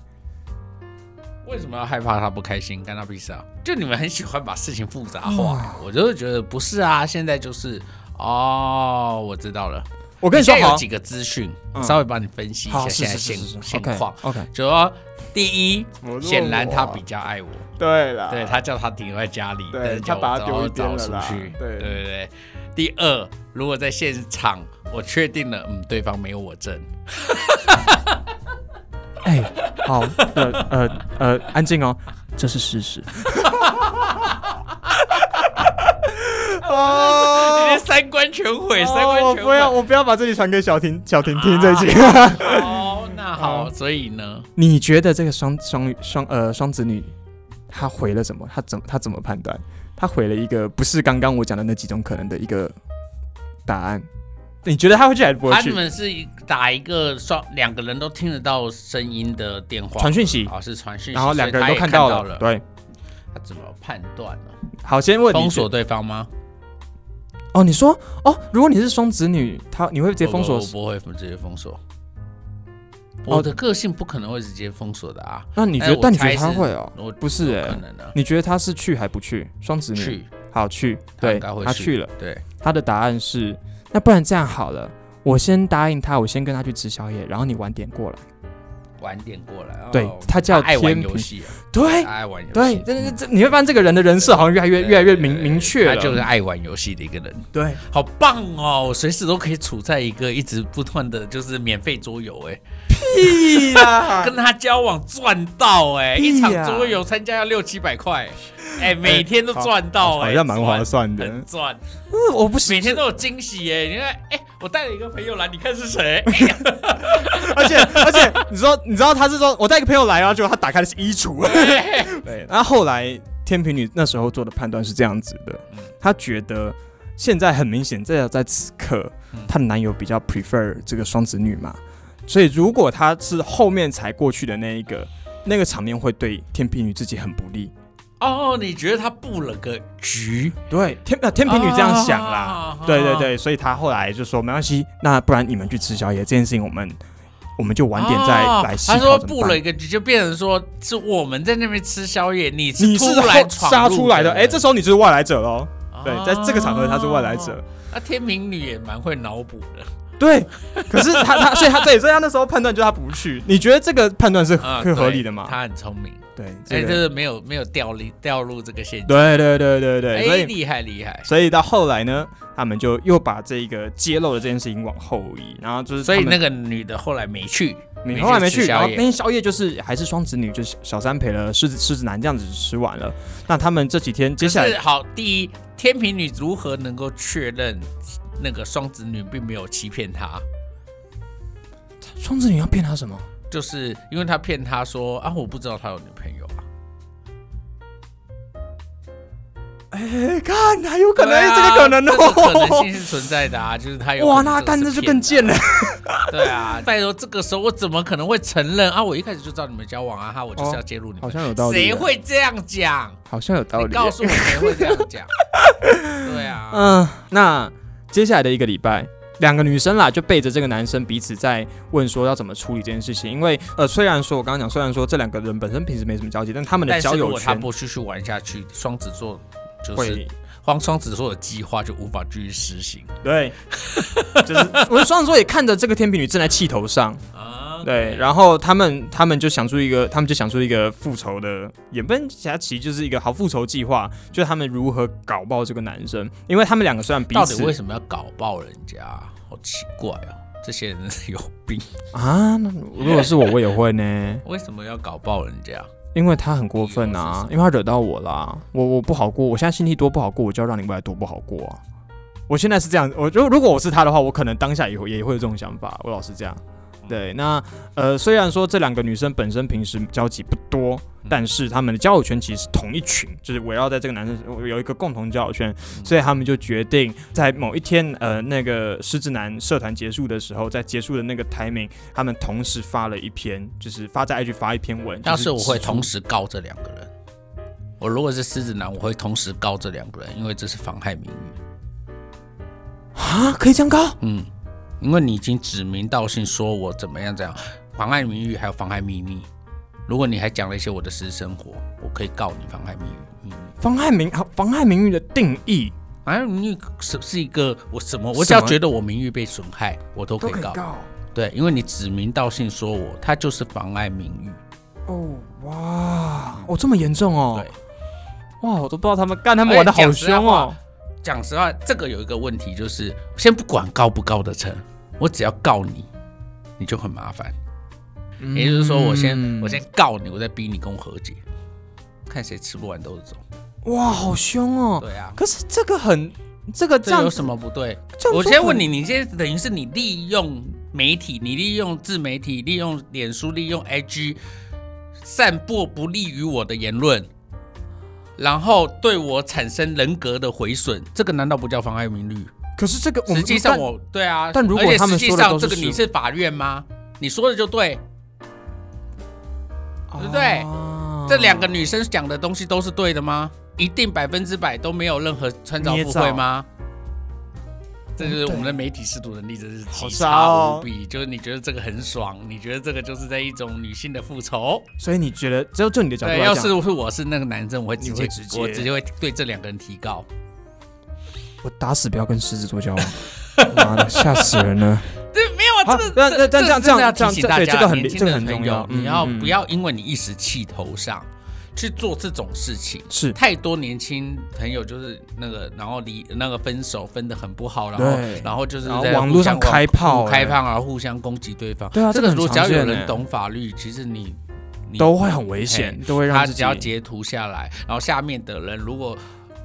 [SPEAKER 1] 为什么要害怕他不开心？干他屁事啊！就你们很喜欢把事情复杂化、
[SPEAKER 2] 嗯
[SPEAKER 1] 我就是觉得不是啊。现在就是哦，我知道了。
[SPEAKER 2] 我
[SPEAKER 1] 我
[SPEAKER 2] 跟你说，
[SPEAKER 1] 有
[SPEAKER 2] 好
[SPEAKER 1] 几个资讯，
[SPEAKER 2] 嗯
[SPEAKER 1] 稍微帮你分析一
[SPEAKER 2] 好
[SPEAKER 1] 下
[SPEAKER 2] 是
[SPEAKER 1] 现在
[SPEAKER 2] 是
[SPEAKER 1] 现
[SPEAKER 2] 是是是
[SPEAKER 1] 现
[SPEAKER 2] OK
[SPEAKER 1] 况。
[SPEAKER 2] OK，
[SPEAKER 1] 就说第一
[SPEAKER 2] 我弱，
[SPEAKER 1] 显然
[SPEAKER 2] 我
[SPEAKER 1] 他
[SPEAKER 2] 啊
[SPEAKER 1] 比较爱我，
[SPEAKER 2] 对了
[SPEAKER 1] 对他叫他停留在家里，
[SPEAKER 2] 对
[SPEAKER 1] 但是
[SPEAKER 2] 他
[SPEAKER 1] 叫我
[SPEAKER 2] 把他丢一
[SPEAKER 1] 早
[SPEAKER 2] 边了
[SPEAKER 1] 早
[SPEAKER 2] 啦
[SPEAKER 1] 出去，
[SPEAKER 2] 对
[SPEAKER 1] 对对对。第二，如果在现场我确定了，嗯，对方没有我正，
[SPEAKER 2] 哎、好，呃呃呃，安静哦，这是事实。
[SPEAKER 1] *laughs* 你
[SPEAKER 2] 哦
[SPEAKER 1] 的 *laughs* 三观全毁，三
[SPEAKER 2] 我
[SPEAKER 1] 观全
[SPEAKER 2] 不要，
[SPEAKER 1] 毁。
[SPEAKER 2] 我不要把这里传给小婷，小婷听这
[SPEAKER 1] *laughs*
[SPEAKER 2] 集。
[SPEAKER 1] 哦，那好，所以呢，
[SPEAKER 2] 你觉得这个双双双呃双子女，她回了什么？她怎她怎么判断？她回了一个不是刚刚我讲的那几种可能的一个答案。你觉得她会去还是不会
[SPEAKER 1] 他
[SPEAKER 2] 去？
[SPEAKER 1] 们是打一个双两个人都听得到声音的电话，
[SPEAKER 2] 传讯息，
[SPEAKER 1] 哦是传讯息，
[SPEAKER 2] 然后两个人
[SPEAKER 1] 所
[SPEAKER 2] 都
[SPEAKER 1] 以他也
[SPEAKER 2] 看
[SPEAKER 1] 看
[SPEAKER 2] 了。
[SPEAKER 1] 了，
[SPEAKER 2] 对，
[SPEAKER 1] 他怎么判断呢？
[SPEAKER 2] 好，先问你
[SPEAKER 1] 封锁对方吗？
[SPEAKER 2] 哦。你说哦，如果你是双子女，她你会直接封锁
[SPEAKER 1] 我？不我不会直接封锁。
[SPEAKER 2] 哦
[SPEAKER 1] 我的个性不可能会直接封锁的啊，
[SPEAKER 2] 那你觉
[SPEAKER 1] 哎
[SPEAKER 2] 得？
[SPEAKER 1] 我
[SPEAKER 2] 但你觉
[SPEAKER 1] 猜
[SPEAKER 2] 得她
[SPEAKER 1] 是
[SPEAKER 2] 会哦？
[SPEAKER 1] 我
[SPEAKER 2] 不是哎、
[SPEAKER 1] 可能的。
[SPEAKER 2] 你觉得她是去还不去？双子女
[SPEAKER 1] 去，
[SPEAKER 2] 好去，
[SPEAKER 1] 她
[SPEAKER 2] 对，
[SPEAKER 1] 应该会
[SPEAKER 2] 她
[SPEAKER 1] 去
[SPEAKER 2] 去了。
[SPEAKER 1] 对，
[SPEAKER 2] 他的答案是，那不然这样好了，我先答应他，我先跟他去吃宵夜，然后你晚点过来。
[SPEAKER 1] 晚点过来。哦
[SPEAKER 2] 对他叫
[SPEAKER 1] 爱玩
[SPEAKER 2] 天
[SPEAKER 1] 游
[SPEAKER 2] 平
[SPEAKER 1] 戏嗯啊，
[SPEAKER 2] 对
[SPEAKER 1] 他爱玩游
[SPEAKER 2] 对
[SPEAKER 1] 戏，，
[SPEAKER 2] 这这这，你会发现这个人的人设好像越来越越来越明明确
[SPEAKER 1] 他
[SPEAKER 2] 了，
[SPEAKER 1] 就是爱玩游戏的一个人，
[SPEAKER 2] 对，
[SPEAKER 1] 好棒哦！我随时都可以处在一个一直不断的就是免费桌游，哎，
[SPEAKER 2] 屁呀、
[SPEAKER 1] 跟他交往赚到哎、
[SPEAKER 2] 啊屁呀
[SPEAKER 1] 一场桌游参加要六七百块，哎、每天都赚到哎、
[SPEAKER 2] 好像蛮划
[SPEAKER 1] 算
[SPEAKER 2] 算的。
[SPEAKER 1] 很赚，
[SPEAKER 2] 嗯我不行
[SPEAKER 1] 每天都有惊喜哎、你看，哎、我带了一个朋友来，你看是
[SPEAKER 2] *laughs*
[SPEAKER 1] 谁？
[SPEAKER 2] 而且而且，你知道你知道他是说，我带一个朋友来，然后啊结果他打开的是衣橱。对，然后后来天平女那时候做的判断是这样子的，
[SPEAKER 1] 嗯
[SPEAKER 2] 她觉得现在很明显，在在此刻
[SPEAKER 1] 嗯，
[SPEAKER 2] 她的男友比较 prefer 这个双子女嘛，所以如果她是后面才过去的那一个，那个场面会对天平女自己很不利。
[SPEAKER 1] 哦，你觉得他布了个局？
[SPEAKER 2] 对，天呃天平女这样想啦，
[SPEAKER 1] 啊
[SPEAKER 2] 对对，对，所以她后来就说没关系，那不然你们去吃宵夜这件事情，我们。我们就晚点再
[SPEAKER 1] 哦
[SPEAKER 2] 来细考
[SPEAKER 1] 他
[SPEAKER 2] 怎
[SPEAKER 1] 说
[SPEAKER 2] 么办。
[SPEAKER 1] 布了一个局，就变成说是我们在那边吃宵夜，你是
[SPEAKER 2] 你
[SPEAKER 1] 突
[SPEAKER 2] 是
[SPEAKER 1] 然
[SPEAKER 2] 后
[SPEAKER 1] 闯
[SPEAKER 2] 杀
[SPEAKER 1] 入
[SPEAKER 2] 出来的，哎、这时候你就是外来者喽。
[SPEAKER 1] 啊、
[SPEAKER 2] 对，在这个场合他是外来者。
[SPEAKER 1] 那哦啊天明女也蛮会脑补的，
[SPEAKER 2] 对，可是他他所以他对，所以他那时候判断就是他不去。你觉得这个判断是
[SPEAKER 1] 啊，
[SPEAKER 2] 是合理的
[SPEAKER 1] 对
[SPEAKER 2] 吗？
[SPEAKER 1] 他很聪明，
[SPEAKER 2] 对，
[SPEAKER 1] 所
[SPEAKER 2] 哎这
[SPEAKER 1] 以就
[SPEAKER 2] 个
[SPEAKER 1] 是没有没有掉入掉入这个陷阱。
[SPEAKER 2] 对对对对对，所
[SPEAKER 1] 哎，
[SPEAKER 2] 以
[SPEAKER 1] 厉害厉害。
[SPEAKER 2] 所以到后来呢，他们就又把这个揭露的这件事情往后移，然后就是
[SPEAKER 1] 所以
[SPEAKER 2] 他们
[SPEAKER 1] 那个女的后来没去，
[SPEAKER 2] 你后来没
[SPEAKER 1] 吃
[SPEAKER 2] 去，然
[SPEAKER 1] 宵
[SPEAKER 2] 后那
[SPEAKER 1] 夜。
[SPEAKER 2] 天宵夜就是还是双子女，就是小三陪了狮子狮子男这样子吃完了。那他们这几天接下
[SPEAKER 1] 可是
[SPEAKER 2] 来
[SPEAKER 1] 好，第一，天平女如何能够确认那个双子女并没有欺骗她？
[SPEAKER 2] 双子女要骗他什么？
[SPEAKER 1] 就是因为她骗她说啊，我不知道她有女朋友啊。
[SPEAKER 2] *laughs* 哎，看还有可能、
[SPEAKER 1] 对啊
[SPEAKER 2] 这个可能
[SPEAKER 1] 这个可能
[SPEAKER 2] 哦
[SPEAKER 1] 性。是存在的啊，就是她有
[SPEAKER 2] 哇，
[SPEAKER 1] 可能
[SPEAKER 2] 那干这
[SPEAKER 1] 个是
[SPEAKER 2] 就更
[SPEAKER 1] 骗
[SPEAKER 2] 贱
[SPEAKER 1] 的
[SPEAKER 2] 了
[SPEAKER 1] 啊。。
[SPEAKER 2] *laughs*
[SPEAKER 1] 对啊，拜托，这个时候我怎么可能会承认啊？我一开始就知道你们交往啊，哈，我就是要介入你们。
[SPEAKER 2] 哦像有
[SPEAKER 1] 谁？会这样讲？
[SPEAKER 2] 好像有道
[SPEAKER 1] 你告诉我谁会这样
[SPEAKER 2] *laughs*
[SPEAKER 1] 讲？对啊，
[SPEAKER 2] 嗯，那接下来的一个礼拜。两个女生啦，就背着这个男生彼此在问说要怎么处理这件事情。因为呃，虽然说我刚刚讲，虽然说这两个人本身平时没什么交集，但他们的
[SPEAKER 1] 但是
[SPEAKER 2] 交
[SPEAKER 1] 如
[SPEAKER 2] 友
[SPEAKER 1] 果他
[SPEAKER 2] 圈
[SPEAKER 1] 不继续玩下去，双子座就
[SPEAKER 2] 会
[SPEAKER 1] 是双双子座的计划就无法继续实行
[SPEAKER 2] 对， *laughs* 就是我的双子座也看着这个天平女正在气
[SPEAKER 1] *laughs*
[SPEAKER 2] 头上，
[SPEAKER 1] 啊。
[SPEAKER 2] 对，然后他们他们就想出一个，他们就想出一个复仇的，也不能其其实就是一个好复仇计划，就是他们如何搞爆这个男生，因为他们两个虽然彼
[SPEAKER 1] 到底为
[SPEAKER 2] 此
[SPEAKER 1] 什么要搞爆人家？好奇怪哦，这些人真是有病，
[SPEAKER 2] 啊，那如果是我我也会呢，
[SPEAKER 1] *laughs*
[SPEAKER 2] *laughs*
[SPEAKER 1] 为什么要搞爆人家？
[SPEAKER 2] 因为他很过分啊，因为他惹到我啦，我我不好过，我现在心里多不好过，我就要让你未来多不好过啊。我现在是这样，我如如果我是他的话，我可能当下也会也会有这种想法。我老是这样，对。那呃，虽然说这两个女生本身平时交集不多，但是她们的交友圈其实是同一群，就是围绕在这个男生有一个共同交友圈，
[SPEAKER 1] 嗯
[SPEAKER 2] 所以他们就决定在某一天，呃，那个狮子男社团结束的时候，在结束的那个 timing，他们同时发了一篇，就是发在 IG 发一篇文。
[SPEAKER 1] 要
[SPEAKER 2] 就是
[SPEAKER 1] 我会
[SPEAKER 2] 指出
[SPEAKER 1] 同时告这两个人，我如果是狮子男，我会同时告这两个人，因为这是妨害名誉。
[SPEAKER 2] 啊，可以这样高？
[SPEAKER 1] 嗯，因为你已经指名道姓说我怎么样怎样，妨害名誉还有妨害秘密。如果你还讲了一些我的私生活，我可以告你妨害名誉。秘密
[SPEAKER 2] 妨害名好妨害名誉的定义
[SPEAKER 1] 妨害名誉是是一个我什么？
[SPEAKER 2] 什么
[SPEAKER 1] 我只要觉得我名誉被损害，我都可以告。
[SPEAKER 2] 告
[SPEAKER 1] 对，因为你指名道姓说我，他就是妨碍名誉。
[SPEAKER 2] 哦，哇，哦这么严重哦，
[SPEAKER 1] 对，哎
[SPEAKER 2] 哇，我都不知道他们干他们玩的好凶哦，
[SPEAKER 1] 讲实话，这个有一个问题，就是先不管告不告得成，我只要告你，你就很麻烦。
[SPEAKER 2] 嗯
[SPEAKER 1] 也就是说，我先我先告你，我再逼你跟我和解，看谁吃不完兜着走。
[SPEAKER 2] 哇好凶哦，
[SPEAKER 1] 对啊，
[SPEAKER 2] 可是这个很这个这
[SPEAKER 1] 这
[SPEAKER 2] 样
[SPEAKER 1] 有
[SPEAKER 2] 子
[SPEAKER 1] 什么不对？
[SPEAKER 2] 这样
[SPEAKER 1] 我
[SPEAKER 2] 做
[SPEAKER 1] 先
[SPEAKER 2] 很
[SPEAKER 1] 问你，你现在等于是你利用媒体，你利用自媒体，利用脸书，利用 IG，散播不利于我的言论，然后对我产生人格的毁损，这个难道不叫妨碍名誉？
[SPEAKER 2] 可是这个我们
[SPEAKER 1] 实际上
[SPEAKER 2] 但
[SPEAKER 1] 我对啊，
[SPEAKER 2] 但如果
[SPEAKER 1] 而且
[SPEAKER 2] 他们
[SPEAKER 1] 实际
[SPEAKER 2] 说的
[SPEAKER 1] 上
[SPEAKER 2] 都是
[SPEAKER 1] 这个你是法院吗？你说的就对，对不对
[SPEAKER 2] 啊
[SPEAKER 1] 这两个女生讲的东西都是对的吗？一定百分之百都没有任何穿凿附会吗？这就是我们的媒体试图能力，真是奇
[SPEAKER 2] 哦
[SPEAKER 1] 差无比。就是你觉得这个很爽，你觉得这个就是在一种女性的复仇。
[SPEAKER 2] 所以你觉得只有就你的角度
[SPEAKER 1] 对，
[SPEAKER 2] 来
[SPEAKER 1] 要
[SPEAKER 2] 讲，
[SPEAKER 1] 是是我是那个男生，我会直
[SPEAKER 2] 你
[SPEAKER 1] 接
[SPEAKER 2] 会直接啊
[SPEAKER 1] 我直接会对这两个人提告。
[SPEAKER 2] 我打死不要跟狮子座交往， *laughs* 妈的吓死人了，
[SPEAKER 1] 这没有啊，
[SPEAKER 2] 好
[SPEAKER 1] 这
[SPEAKER 2] 那
[SPEAKER 1] 个
[SPEAKER 2] 那这
[SPEAKER 1] 真的
[SPEAKER 2] 样这样
[SPEAKER 1] 要提醒
[SPEAKER 2] 这样
[SPEAKER 1] 大
[SPEAKER 2] 对
[SPEAKER 1] 家，
[SPEAKER 2] 这个很
[SPEAKER 1] 年轻
[SPEAKER 2] 这个
[SPEAKER 1] 的
[SPEAKER 2] 很重
[SPEAKER 1] 朋
[SPEAKER 2] 要
[SPEAKER 1] 友，
[SPEAKER 2] 嗯
[SPEAKER 1] 你要
[SPEAKER 2] 嗯
[SPEAKER 1] 不要因为你一时气头上去做这种事情？
[SPEAKER 2] 是
[SPEAKER 1] 太多年轻朋友就是那个，然后离那个分手分的很不好，然后
[SPEAKER 2] 对
[SPEAKER 1] 然后就是
[SPEAKER 2] 然后
[SPEAKER 1] 在
[SPEAKER 2] 网
[SPEAKER 1] 互
[SPEAKER 2] 络
[SPEAKER 1] 相
[SPEAKER 2] 上开炮
[SPEAKER 1] 互
[SPEAKER 2] 哎
[SPEAKER 1] 开炮，然后互相攻击对方。
[SPEAKER 2] 对啊
[SPEAKER 1] 这
[SPEAKER 2] 这个
[SPEAKER 1] 个
[SPEAKER 2] 很
[SPEAKER 1] 如果只要
[SPEAKER 2] 常见
[SPEAKER 1] 有
[SPEAKER 2] 哎
[SPEAKER 1] 人懂法律，其实你你
[SPEAKER 2] 都会很危险，都会让
[SPEAKER 1] 他
[SPEAKER 2] 自
[SPEAKER 1] 只
[SPEAKER 2] 己
[SPEAKER 1] 要截图下来，然后下面的人如果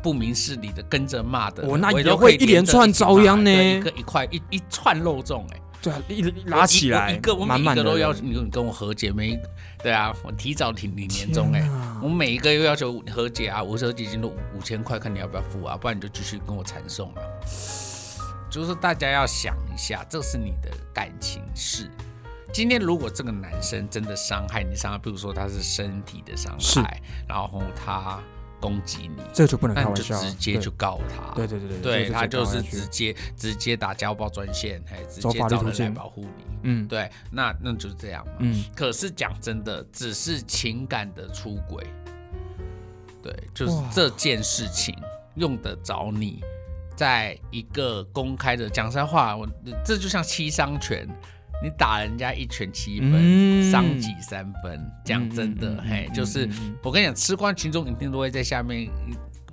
[SPEAKER 1] 不明事理的跟着骂的人，
[SPEAKER 2] 哦那
[SPEAKER 1] 我
[SPEAKER 2] 也
[SPEAKER 1] 都
[SPEAKER 2] 会
[SPEAKER 1] 可以
[SPEAKER 2] 一连
[SPEAKER 1] 着
[SPEAKER 2] 串
[SPEAKER 1] 起
[SPEAKER 2] 遭
[SPEAKER 1] 骂
[SPEAKER 2] 殃呢
[SPEAKER 1] 对一个一块一一串肉粽哎、
[SPEAKER 2] 对啊一一
[SPEAKER 1] 我
[SPEAKER 2] 拉
[SPEAKER 1] 一
[SPEAKER 2] 起
[SPEAKER 1] 我
[SPEAKER 2] 来，
[SPEAKER 1] 一个我每
[SPEAKER 2] 满
[SPEAKER 1] 一
[SPEAKER 2] 满
[SPEAKER 1] 个
[SPEAKER 2] 的
[SPEAKER 1] 都
[SPEAKER 2] 人
[SPEAKER 1] 要求你跟你跟我和解，每一对啊，我提早挺你年终哎、
[SPEAKER 2] 天哪
[SPEAKER 1] 我每一个又要求和解啊，我和解金都五千块，看你要不要付啊，不然你就继续跟我缠送啊。就是大家要想一下，这是你的感情事。今天如果这个男生真的伤害你，伤害，比如说他是身体的伤
[SPEAKER 2] 是
[SPEAKER 1] 害，然后他攻击你，
[SPEAKER 2] 这个就不能
[SPEAKER 1] 那
[SPEAKER 2] 开
[SPEAKER 1] 你
[SPEAKER 2] 玩
[SPEAKER 1] 就
[SPEAKER 2] 笑，
[SPEAKER 1] 直接
[SPEAKER 2] 对
[SPEAKER 1] 就告他。
[SPEAKER 2] 对对对对，
[SPEAKER 1] 对
[SPEAKER 2] 这
[SPEAKER 1] 他就
[SPEAKER 2] 直接
[SPEAKER 1] 是
[SPEAKER 2] 搞下去
[SPEAKER 1] 直接直接打家暴专线，哎，直
[SPEAKER 2] 走
[SPEAKER 1] 接
[SPEAKER 2] 法律
[SPEAKER 1] 找
[SPEAKER 2] 途
[SPEAKER 1] 人来
[SPEAKER 2] 径
[SPEAKER 1] 保护你。
[SPEAKER 2] 嗯
[SPEAKER 1] 对，那那就是这样嘛。
[SPEAKER 2] 嗯，
[SPEAKER 1] 可是讲真的，只是情感的出轨，对，就是
[SPEAKER 2] 哇
[SPEAKER 1] 这件事情，用得着你在一个公开的讲实在话，我这就像七伤拳，你打人家一拳七分，
[SPEAKER 2] 嗯
[SPEAKER 1] 伤、己三分。讲真的，
[SPEAKER 2] 嗯嗯嗯
[SPEAKER 1] 嘿，
[SPEAKER 2] 嗯
[SPEAKER 1] 就是
[SPEAKER 2] 嗯嗯
[SPEAKER 1] 我跟你讲，吃瓜群众一定都会在下面。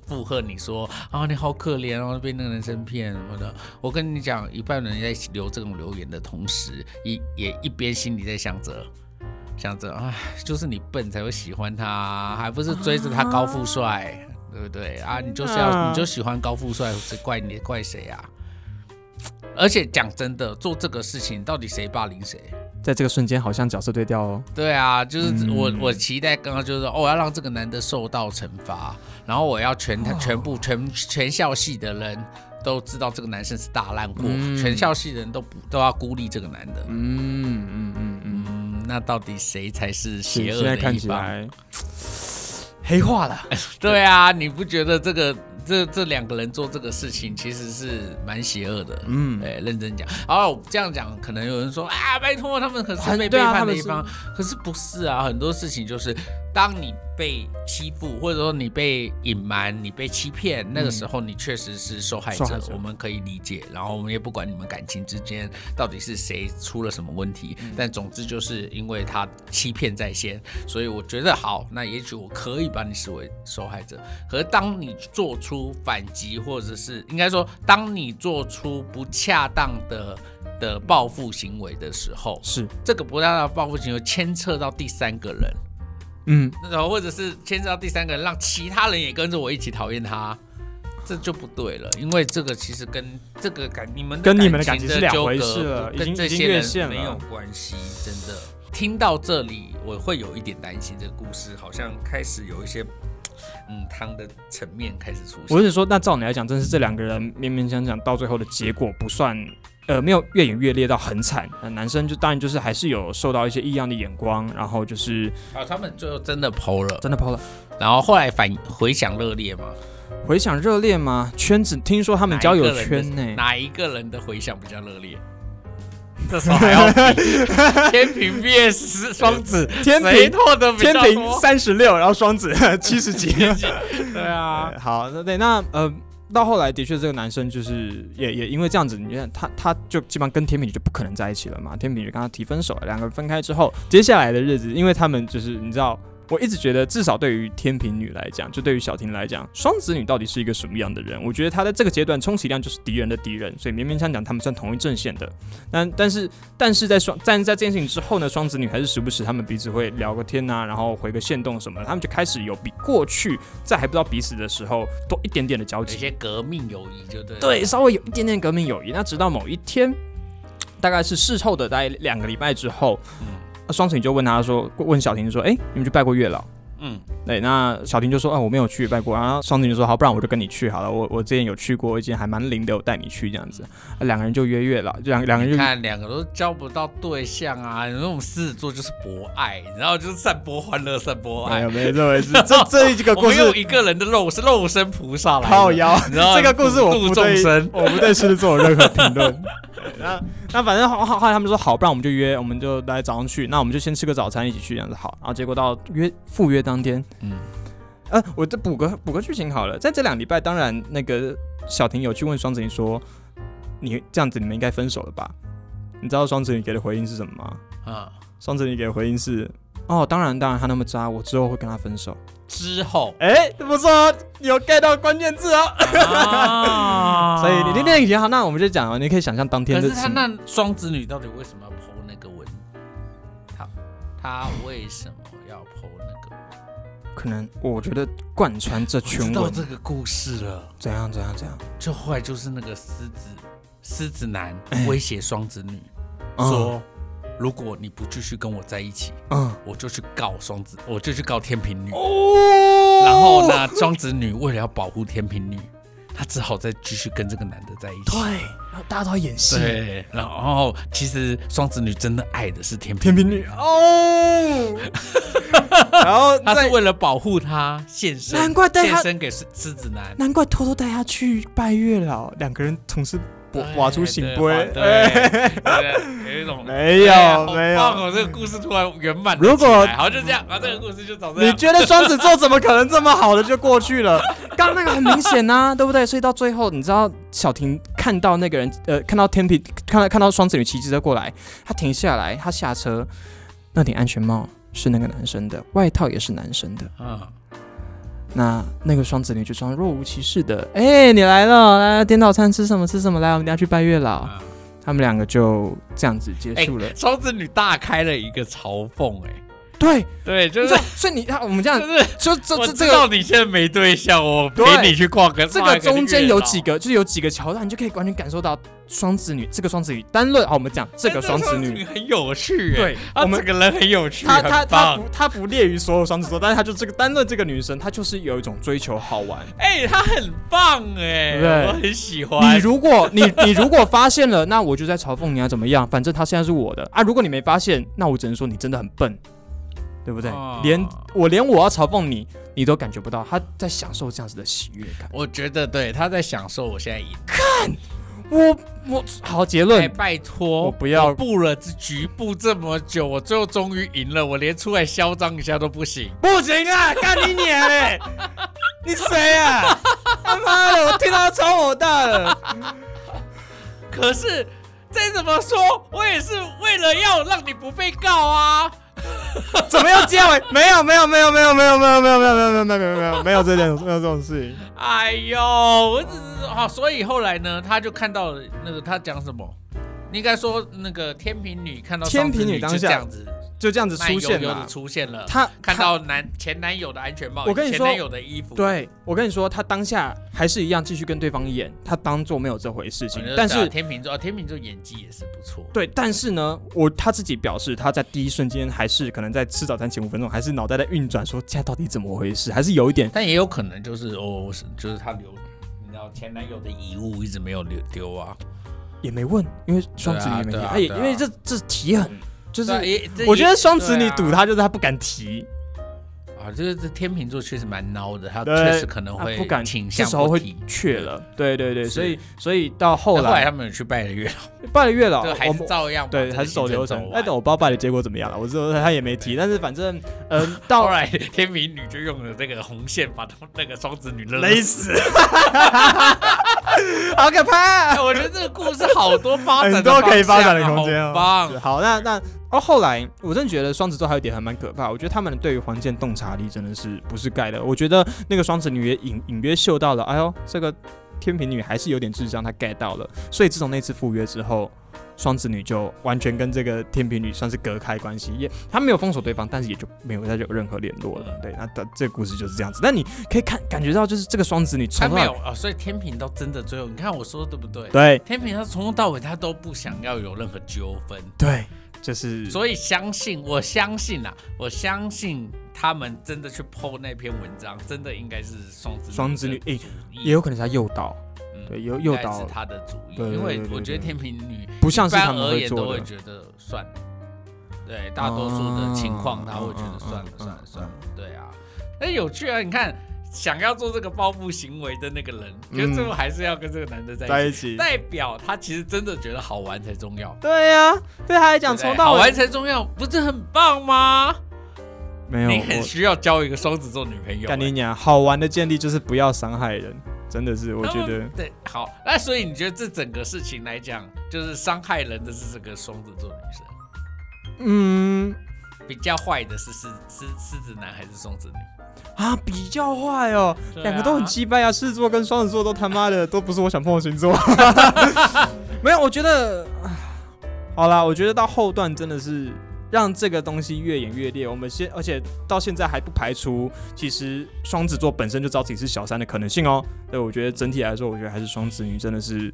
[SPEAKER 1] 附和你说啊，你好可怜哦，被那个人生骗什么的。我跟你讲，一半人在留这种留言的同时，一也一边心里在想着，想着，哎，就是你笨才会喜欢他，还不是追着他高富帅，对不对啊？你就是要，
[SPEAKER 2] 啊
[SPEAKER 1] 你就喜欢高富帅，谁怪你怪谁啊？而且讲真的，做这个事情到底谁霸凌谁？
[SPEAKER 2] 在这个瞬间好像角色对调哦。
[SPEAKER 1] 对啊，就是我、
[SPEAKER 2] 嗯
[SPEAKER 1] 我期待刚刚就是说，哦，我要让这个男的受到惩罚，然后我要全
[SPEAKER 2] 哦
[SPEAKER 1] 他全部全全校系的人都知道这个男生是大烂货，全校系的人都不都要孤立这个男的。
[SPEAKER 2] 嗯嗯嗯嗯，
[SPEAKER 1] 嗯，那到底谁才是
[SPEAKER 2] 是
[SPEAKER 1] 邪恶
[SPEAKER 2] 现在
[SPEAKER 1] 的
[SPEAKER 2] 看
[SPEAKER 1] 一
[SPEAKER 2] 起
[SPEAKER 1] 方？
[SPEAKER 2] 来黑化了。
[SPEAKER 1] 对啊，你不觉得这个这这两个人做这个事情其实是蛮邪恶的？嗯，对，认真讲。好，这样讲，可能有人说啊，拜托，他们可是
[SPEAKER 2] 很
[SPEAKER 1] 被背
[SPEAKER 2] 对啊
[SPEAKER 1] 叛
[SPEAKER 2] 他
[SPEAKER 1] 的
[SPEAKER 2] 们
[SPEAKER 1] 一
[SPEAKER 2] 是
[SPEAKER 1] 方，可是不是啊？很多事情就是，当你被欺负，或者说你被隐瞒、你被欺骗，那个时候你确实是受害者，
[SPEAKER 2] 受害者
[SPEAKER 1] 我们可以理解。然后我们也不管你们感情之间到底是谁出了什么问题，
[SPEAKER 2] 嗯
[SPEAKER 1] 但总之就是因为他欺骗在先，所以我觉得好，那也许我可以把你视为受害者。可是当你做出反击，或者是应该说，当你做出不恰当的的报复行为的时候，
[SPEAKER 2] 是，
[SPEAKER 1] 这个不恰当的报复行为牵扯到第三个人，
[SPEAKER 2] 嗯，
[SPEAKER 1] 然后或者是牵扯到第三个人，让其他人也跟着我一起讨厌他。这就不对了，因为这个其实跟这个感你们
[SPEAKER 2] 跟你们的
[SPEAKER 1] 感
[SPEAKER 2] 感
[SPEAKER 1] 情
[SPEAKER 2] 情是两
[SPEAKER 1] 纠
[SPEAKER 2] 回
[SPEAKER 1] 葛
[SPEAKER 2] 事了已
[SPEAKER 1] 跟
[SPEAKER 2] 经
[SPEAKER 1] 这
[SPEAKER 2] 已经
[SPEAKER 1] 些
[SPEAKER 2] 越
[SPEAKER 1] 人
[SPEAKER 2] 线
[SPEAKER 1] 没有
[SPEAKER 2] 了
[SPEAKER 1] 关系，真的。听到这里，我会有一点担心，这个故事好像开始有一些嗯汤的层面开始出现。
[SPEAKER 2] 我是说，那照你来讲，真是这两个人勉勉强强到最后的结果不算，呃，没有越演越烈到很惨。那男生就当然就是还是有受到一些异样的眼光，然后就是
[SPEAKER 1] 啊，他们最后真的剖了，
[SPEAKER 2] 真的抛了。
[SPEAKER 1] 然后后来反回响热烈嘛，
[SPEAKER 2] 回想热恋吗？圈子听说他们交友圈呢、
[SPEAKER 1] 哪一个人的回响比较热烈？这时候还要比天平 VS 双子，
[SPEAKER 2] 天
[SPEAKER 1] 谁
[SPEAKER 2] 平
[SPEAKER 1] 拓的比
[SPEAKER 2] 天
[SPEAKER 1] 较
[SPEAKER 2] 平
[SPEAKER 1] 多？
[SPEAKER 2] 三十六，然后双子 *laughs* 七十几。 *laughs*
[SPEAKER 1] 对啊，
[SPEAKER 2] 呃好，那对，那呃，到后来的确，这个男生就是也也因为这样子，你看他他就基本上跟天平就不可能在一起了嘛，天平就跟他提分手了，两个人分开之后，接下来的日子，因为他们就是你知道。我一直觉得，至少对于天平女来讲，就对于小婷来讲，双子女到底是一个什么样的人？我觉得她在这个阶段充其量就是敌人的敌人，所以勉勉强强他们算同一阵线的。但但是 *laughs* 但是在双但是在这件事情之后呢，双子女还是时不时他们彼此会聊个天呐、啊然后回个线动什么的，他们就开始有比过去在还不知道彼此的时候多一点点的交
[SPEAKER 1] 有
[SPEAKER 2] 集，
[SPEAKER 1] 些革命友谊就对了，
[SPEAKER 2] 对，稍微有一点点革命友谊。那直到某一天，大概是事后的大概两个礼拜之后，
[SPEAKER 1] 嗯
[SPEAKER 2] 那双子女就问他说，问小婷说，哎、你们去拜过月老？
[SPEAKER 1] 嗯，
[SPEAKER 2] 对，那小婷就说，啊，我没有去拜过。然后双子女就说，好，不然我就跟你去好了。我我之前有去过一间还蛮灵的，我带你去这样子。啊两个人就约月老，两两个人
[SPEAKER 1] 你
[SPEAKER 2] 就
[SPEAKER 1] 看两个都交不到对象啊，那种狮子座就是博爱，然后就是散播欢乐，散播
[SPEAKER 2] 没
[SPEAKER 1] 爱
[SPEAKER 2] 有。没有这回事，
[SPEAKER 1] *laughs*
[SPEAKER 2] 这这一个
[SPEAKER 1] 我
[SPEAKER 2] 故
[SPEAKER 1] 们有
[SPEAKER 2] 事
[SPEAKER 1] 一个人的肉是肉身菩萨来的，
[SPEAKER 2] 靠腰
[SPEAKER 1] 你知道，
[SPEAKER 2] 这个故事我
[SPEAKER 1] 度
[SPEAKER 2] 不
[SPEAKER 1] 众
[SPEAKER 2] 对
[SPEAKER 1] 生，
[SPEAKER 2] 我不 *laughs* 对狮子座有任何评 *laughs* 论。对那那反正后后后来他们说好，不然我们就约，我们就来早上去，那我们就先吃个早餐一起去这样子好。然后结果到约赴约当天，
[SPEAKER 1] 嗯
[SPEAKER 2] 嗯，呃，我再补个补个剧情好了，在这两礼拜，当然那个小婷有去问双子女说，你这样子你们应该分手了吧？你知道双子女给的回应是什么吗？
[SPEAKER 1] 啊，
[SPEAKER 2] 双子女给的回应是。哦，当然，当然，他那么渣，我之后会跟他分手。
[SPEAKER 1] 之后
[SPEAKER 2] 哎，不错哦，有 get 到关键字哦。
[SPEAKER 1] 啊，
[SPEAKER 2] *laughs* 所以你那那行好，那我们就讲完，你可以想象当天
[SPEAKER 1] 可
[SPEAKER 2] 的
[SPEAKER 1] 是他那双子女到底为什么要剖那个文？他他为什么要剖那个？
[SPEAKER 2] 可能，我觉得贯穿这全
[SPEAKER 1] 知道
[SPEAKER 2] 文
[SPEAKER 1] 这个故事了，
[SPEAKER 2] 怎样怎样怎样，
[SPEAKER 1] 就后来就是那个狮子狮子男威胁双子女、
[SPEAKER 2] 嗯
[SPEAKER 1] 说，如果你不继续跟我在一起，
[SPEAKER 2] 嗯，
[SPEAKER 1] 我就去告双子，我就去告天平女。
[SPEAKER 2] 哦
[SPEAKER 1] 然后？呢，双子女为了要保护天平女，她只好再继续跟这个男的在一起
[SPEAKER 2] 对。，然后大家都在演戏，
[SPEAKER 1] 对，然后其实双子女真的爱的是天平
[SPEAKER 2] 天秤女
[SPEAKER 1] *laughs*
[SPEAKER 2] 哦，然后
[SPEAKER 1] 他是
[SPEAKER 2] 再
[SPEAKER 1] 为了保护他献身，
[SPEAKER 2] 难怪带
[SPEAKER 1] 献
[SPEAKER 2] 他
[SPEAKER 1] 身给狮狮子男。
[SPEAKER 2] 难怪偷偷带他去拜月老，两个人同时挖挖出醒杯。
[SPEAKER 1] 哎对，
[SPEAKER 2] *laughs*
[SPEAKER 1] 对有一种
[SPEAKER 2] 没有
[SPEAKER 1] 哎呀好
[SPEAKER 2] 没有
[SPEAKER 1] 棒哦，这个故事突然圆满了起来。
[SPEAKER 2] 如果
[SPEAKER 1] 好就这样，然后这个故事就长这
[SPEAKER 2] 你
[SPEAKER 1] 样。
[SPEAKER 2] 觉得双子座怎么可能这么好的就过去了？ *laughs* 刚刚那个很明显 *laughs* 呐、对不对？所以到最后，你知道小婷看到那个人，呃，看到天平，看到看到双子女骑机车过来，她停下来，她下车，那顶安全帽是那个男生的，外套也是男生的。
[SPEAKER 1] 嗯，
[SPEAKER 2] 那那个双子女就装若无其事的，哎、你来了，来点早餐吃什么吃什么，来，我们等一下去拜月老。啊
[SPEAKER 1] 嗯
[SPEAKER 2] 他们两个就这样子结
[SPEAKER 1] 哎
[SPEAKER 2] 束了。，
[SPEAKER 1] 双子女大开了一个嘲讽，哎，
[SPEAKER 2] 对，
[SPEAKER 1] 对，就
[SPEAKER 2] 所
[SPEAKER 1] 是
[SPEAKER 2] 以所以你看，我们这样
[SPEAKER 1] 就，是，
[SPEAKER 2] 就这
[SPEAKER 1] 我
[SPEAKER 2] 这这
[SPEAKER 1] 知
[SPEAKER 2] 个
[SPEAKER 1] 道你现在没对象，我陪
[SPEAKER 2] 对
[SPEAKER 1] 你去逛个
[SPEAKER 2] 这
[SPEAKER 1] 逛
[SPEAKER 2] 个
[SPEAKER 1] 一
[SPEAKER 2] 中间
[SPEAKER 1] 月
[SPEAKER 2] 有
[SPEAKER 1] 老
[SPEAKER 2] 几个，就是有几个桥段，你就可以完全感受到双子女这个双子女单论啊，我们讲这个
[SPEAKER 1] 但
[SPEAKER 2] 双子女，
[SPEAKER 1] 很有趣，哎
[SPEAKER 2] 对，
[SPEAKER 1] 她
[SPEAKER 2] 我们
[SPEAKER 1] 这个人很有趣，
[SPEAKER 2] 她她
[SPEAKER 1] 很
[SPEAKER 2] 她
[SPEAKER 1] 棒。
[SPEAKER 2] 不她不列于所有双子座，但是她就这个单论这个女生，她就是有一种追求好玩。
[SPEAKER 1] 哎，她很棒哎，
[SPEAKER 2] 对
[SPEAKER 1] 我很喜
[SPEAKER 2] 你
[SPEAKER 1] 欢。
[SPEAKER 2] 如果你你如果发现了，那我就在嘲讽你啊，怎么样？反正她现在是我的啊。如果你没发现，那我只能说你真的很笨，对不对
[SPEAKER 1] 哦？
[SPEAKER 2] 连我连我要嘲讽你，你都感觉不到，她在享受这样子的喜悦感。
[SPEAKER 1] 我觉得对，她在享受我现在赢。
[SPEAKER 2] 我我好结
[SPEAKER 1] 哎，
[SPEAKER 2] 论，
[SPEAKER 1] 拜托，
[SPEAKER 2] 我不要
[SPEAKER 1] 我布了这局布这么久，我最后终于赢了，我连出来嚣张一下都不行。
[SPEAKER 2] 不行啊！干你娘嘞！你谁啊？他妈的，我听到超火大了。
[SPEAKER 1] 可是再怎么说，我也是为了要让你不被告啊。
[SPEAKER 2] 怎么又结尾？没有没有没有没有没有没有没有没有没有没有没有没有没有这件没有这种事情。
[SPEAKER 1] 哎呦，我只是好，所以后来呢，他就看到了那个他讲什么，你应该说那个天平女看到
[SPEAKER 2] 天
[SPEAKER 1] 双子
[SPEAKER 2] 平女
[SPEAKER 1] 女
[SPEAKER 2] 当
[SPEAKER 1] 就
[SPEAKER 2] 下
[SPEAKER 1] 这样子
[SPEAKER 2] 就这样子
[SPEAKER 1] 慢悠
[SPEAKER 2] 出
[SPEAKER 1] 悠
[SPEAKER 2] 现
[SPEAKER 1] 的
[SPEAKER 2] 了。
[SPEAKER 1] 出现了，
[SPEAKER 2] 他
[SPEAKER 1] 看到男前男友的安全帽，
[SPEAKER 2] 我跟你
[SPEAKER 1] 前
[SPEAKER 2] 说
[SPEAKER 1] 男友的衣服，
[SPEAKER 2] 对我跟你说，他当下还是一样继续跟对方演，他当做没有这回事
[SPEAKER 1] 我
[SPEAKER 2] 情
[SPEAKER 1] 就知道。
[SPEAKER 2] 但是
[SPEAKER 1] 天秤座，哦天秤座演技也是不错，
[SPEAKER 2] 对，但是呢，我他自己表示，他在第一瞬间还是可能在吃早餐前五分钟，还是脑袋在运转，说现在到底怎么回事，还是有一点
[SPEAKER 1] 但也有可能就是哦，是就是他留，你知道前男友的遗物一直没有留丢啊，
[SPEAKER 2] 也没问，因为双子女也没提，
[SPEAKER 1] 对啊对啊
[SPEAKER 2] 他也
[SPEAKER 1] 对啊
[SPEAKER 2] 因为这这题很就
[SPEAKER 1] 对啊
[SPEAKER 2] 是。
[SPEAKER 1] 也这
[SPEAKER 2] 我觉得
[SPEAKER 1] 也
[SPEAKER 2] 双子女
[SPEAKER 1] 对啊
[SPEAKER 2] 赌他就是他不敢提，
[SPEAKER 1] 啊，这个这天秤座确实蛮孬的，他
[SPEAKER 2] 对
[SPEAKER 1] 确实可能
[SPEAKER 2] 他
[SPEAKER 1] 会
[SPEAKER 2] 不敢
[SPEAKER 1] 倾
[SPEAKER 2] 这
[SPEAKER 1] 向
[SPEAKER 2] 时候
[SPEAKER 1] 不
[SPEAKER 2] 会
[SPEAKER 1] 提。
[SPEAKER 2] 怯了。对对对，
[SPEAKER 1] 是
[SPEAKER 2] 所以所以到后
[SPEAKER 1] 但后来
[SPEAKER 2] 来
[SPEAKER 1] 他们有去拜了月老，
[SPEAKER 2] 拜了月老，
[SPEAKER 1] 就
[SPEAKER 2] 我
[SPEAKER 1] 还是
[SPEAKER 2] 们
[SPEAKER 1] 照样把
[SPEAKER 2] 哎对
[SPEAKER 1] 这个
[SPEAKER 2] 还是走流
[SPEAKER 1] 行
[SPEAKER 2] 程。
[SPEAKER 1] 走
[SPEAKER 2] 但
[SPEAKER 1] 完
[SPEAKER 2] 我不知道拜的结果怎么样了，我知道他也没提，但是反正嗯
[SPEAKER 1] 后
[SPEAKER 2] 到
[SPEAKER 1] 来天秤女就用了那个红线把他们那个双子女勒
[SPEAKER 2] 勒
[SPEAKER 1] 死。
[SPEAKER 2] 死，好可怕啊
[SPEAKER 1] 哎，，我觉得这个故事好多发展的
[SPEAKER 2] 很多可以发展的
[SPEAKER 1] 方向啊
[SPEAKER 2] 空间
[SPEAKER 1] 好
[SPEAKER 2] 哦。
[SPEAKER 1] 棒
[SPEAKER 2] 是。好，那那哦，后来我真的觉得双子座还有一点还蛮可怕，我觉得他们对于环境洞察力真的是不是盖的。我觉得那个双子女也隐隐约嗅到了，哎呦，这个天平女还是有点智商，她 get 到了。所以自从那次赴约之后。双子女就完全跟这个天平女算是隔开关系，也她没有封锁对方，但是也就没有再有任何联络了。对，那的这个故事就是这样子。但你可以看感觉到，就是这个双子女
[SPEAKER 1] 他
[SPEAKER 2] 从头
[SPEAKER 1] 没
[SPEAKER 2] 到
[SPEAKER 1] 有啊，所以天秤到真的最后，你看我说的对不对？
[SPEAKER 2] 对
[SPEAKER 1] 天秤他从头到尾他都不想要有任何纠纷，
[SPEAKER 2] 对，就是
[SPEAKER 1] 所以相信我相信啊，我相信他们真的去 PO 那篇文章，真的应该是双子
[SPEAKER 2] 双子女哎
[SPEAKER 1] 的主意
[SPEAKER 2] 也有可能是她诱导，
[SPEAKER 1] 嗯
[SPEAKER 2] 对，有诱
[SPEAKER 1] 应该是
[SPEAKER 2] 导
[SPEAKER 1] 他的主意，
[SPEAKER 2] 对对
[SPEAKER 1] 因为
[SPEAKER 2] 对对
[SPEAKER 1] 我觉得
[SPEAKER 2] 对
[SPEAKER 1] 天平女
[SPEAKER 2] 不像是
[SPEAKER 1] 一般
[SPEAKER 2] 他们
[SPEAKER 1] 而
[SPEAKER 2] 会
[SPEAKER 1] 言都
[SPEAKER 2] 做
[SPEAKER 1] 会
[SPEAKER 2] 的。
[SPEAKER 1] 觉得算了，对，大多数的情况他会觉得算了
[SPEAKER 2] 哦嗯嗯嗯
[SPEAKER 1] 算了
[SPEAKER 2] 嗯
[SPEAKER 1] 算了，对啊，那有趣啊！你看，想要做这个报复行为的那个人，就
[SPEAKER 2] 嗯
[SPEAKER 1] 最后还是要跟这个男的在
[SPEAKER 2] 在
[SPEAKER 1] 一
[SPEAKER 2] 一
[SPEAKER 1] 起，
[SPEAKER 2] 起。
[SPEAKER 1] 代表他其实真的觉得好玩才重要。
[SPEAKER 2] 对呀、对他来讲，
[SPEAKER 1] 对不对
[SPEAKER 2] 从
[SPEAKER 1] 好
[SPEAKER 2] 到
[SPEAKER 1] 玩
[SPEAKER 2] 尾
[SPEAKER 1] 才重要，不是很棒吗？
[SPEAKER 2] 没有
[SPEAKER 1] 你很欸需要交一个双子座女朋友、
[SPEAKER 2] 我干
[SPEAKER 1] 欸
[SPEAKER 2] 你娘！好玩的建立就是不要伤害人，真的是我
[SPEAKER 1] 然后
[SPEAKER 2] 觉得
[SPEAKER 1] 嗯对，好，那所以你觉得这整个事情来讲，就是伤害人的是这个双子座女生，
[SPEAKER 2] 嗯
[SPEAKER 1] 比较坏的是狮狮狮子男还是双子女？
[SPEAKER 2] 啊比较坏哦，
[SPEAKER 1] 对啊
[SPEAKER 2] 两个都很鸡掰啊，狮子座跟双子座都他妈的都不是我想碰的
[SPEAKER 1] *laughs*
[SPEAKER 2] 星座。没有，我觉得唉好啦，我觉得到后段真的是。让这个东西越演越烈，我们现而且到现在还不排除，其实双子座本身就知道自己是小三的可能性哦。对，我觉得整体来说，我觉得还是双子女真的是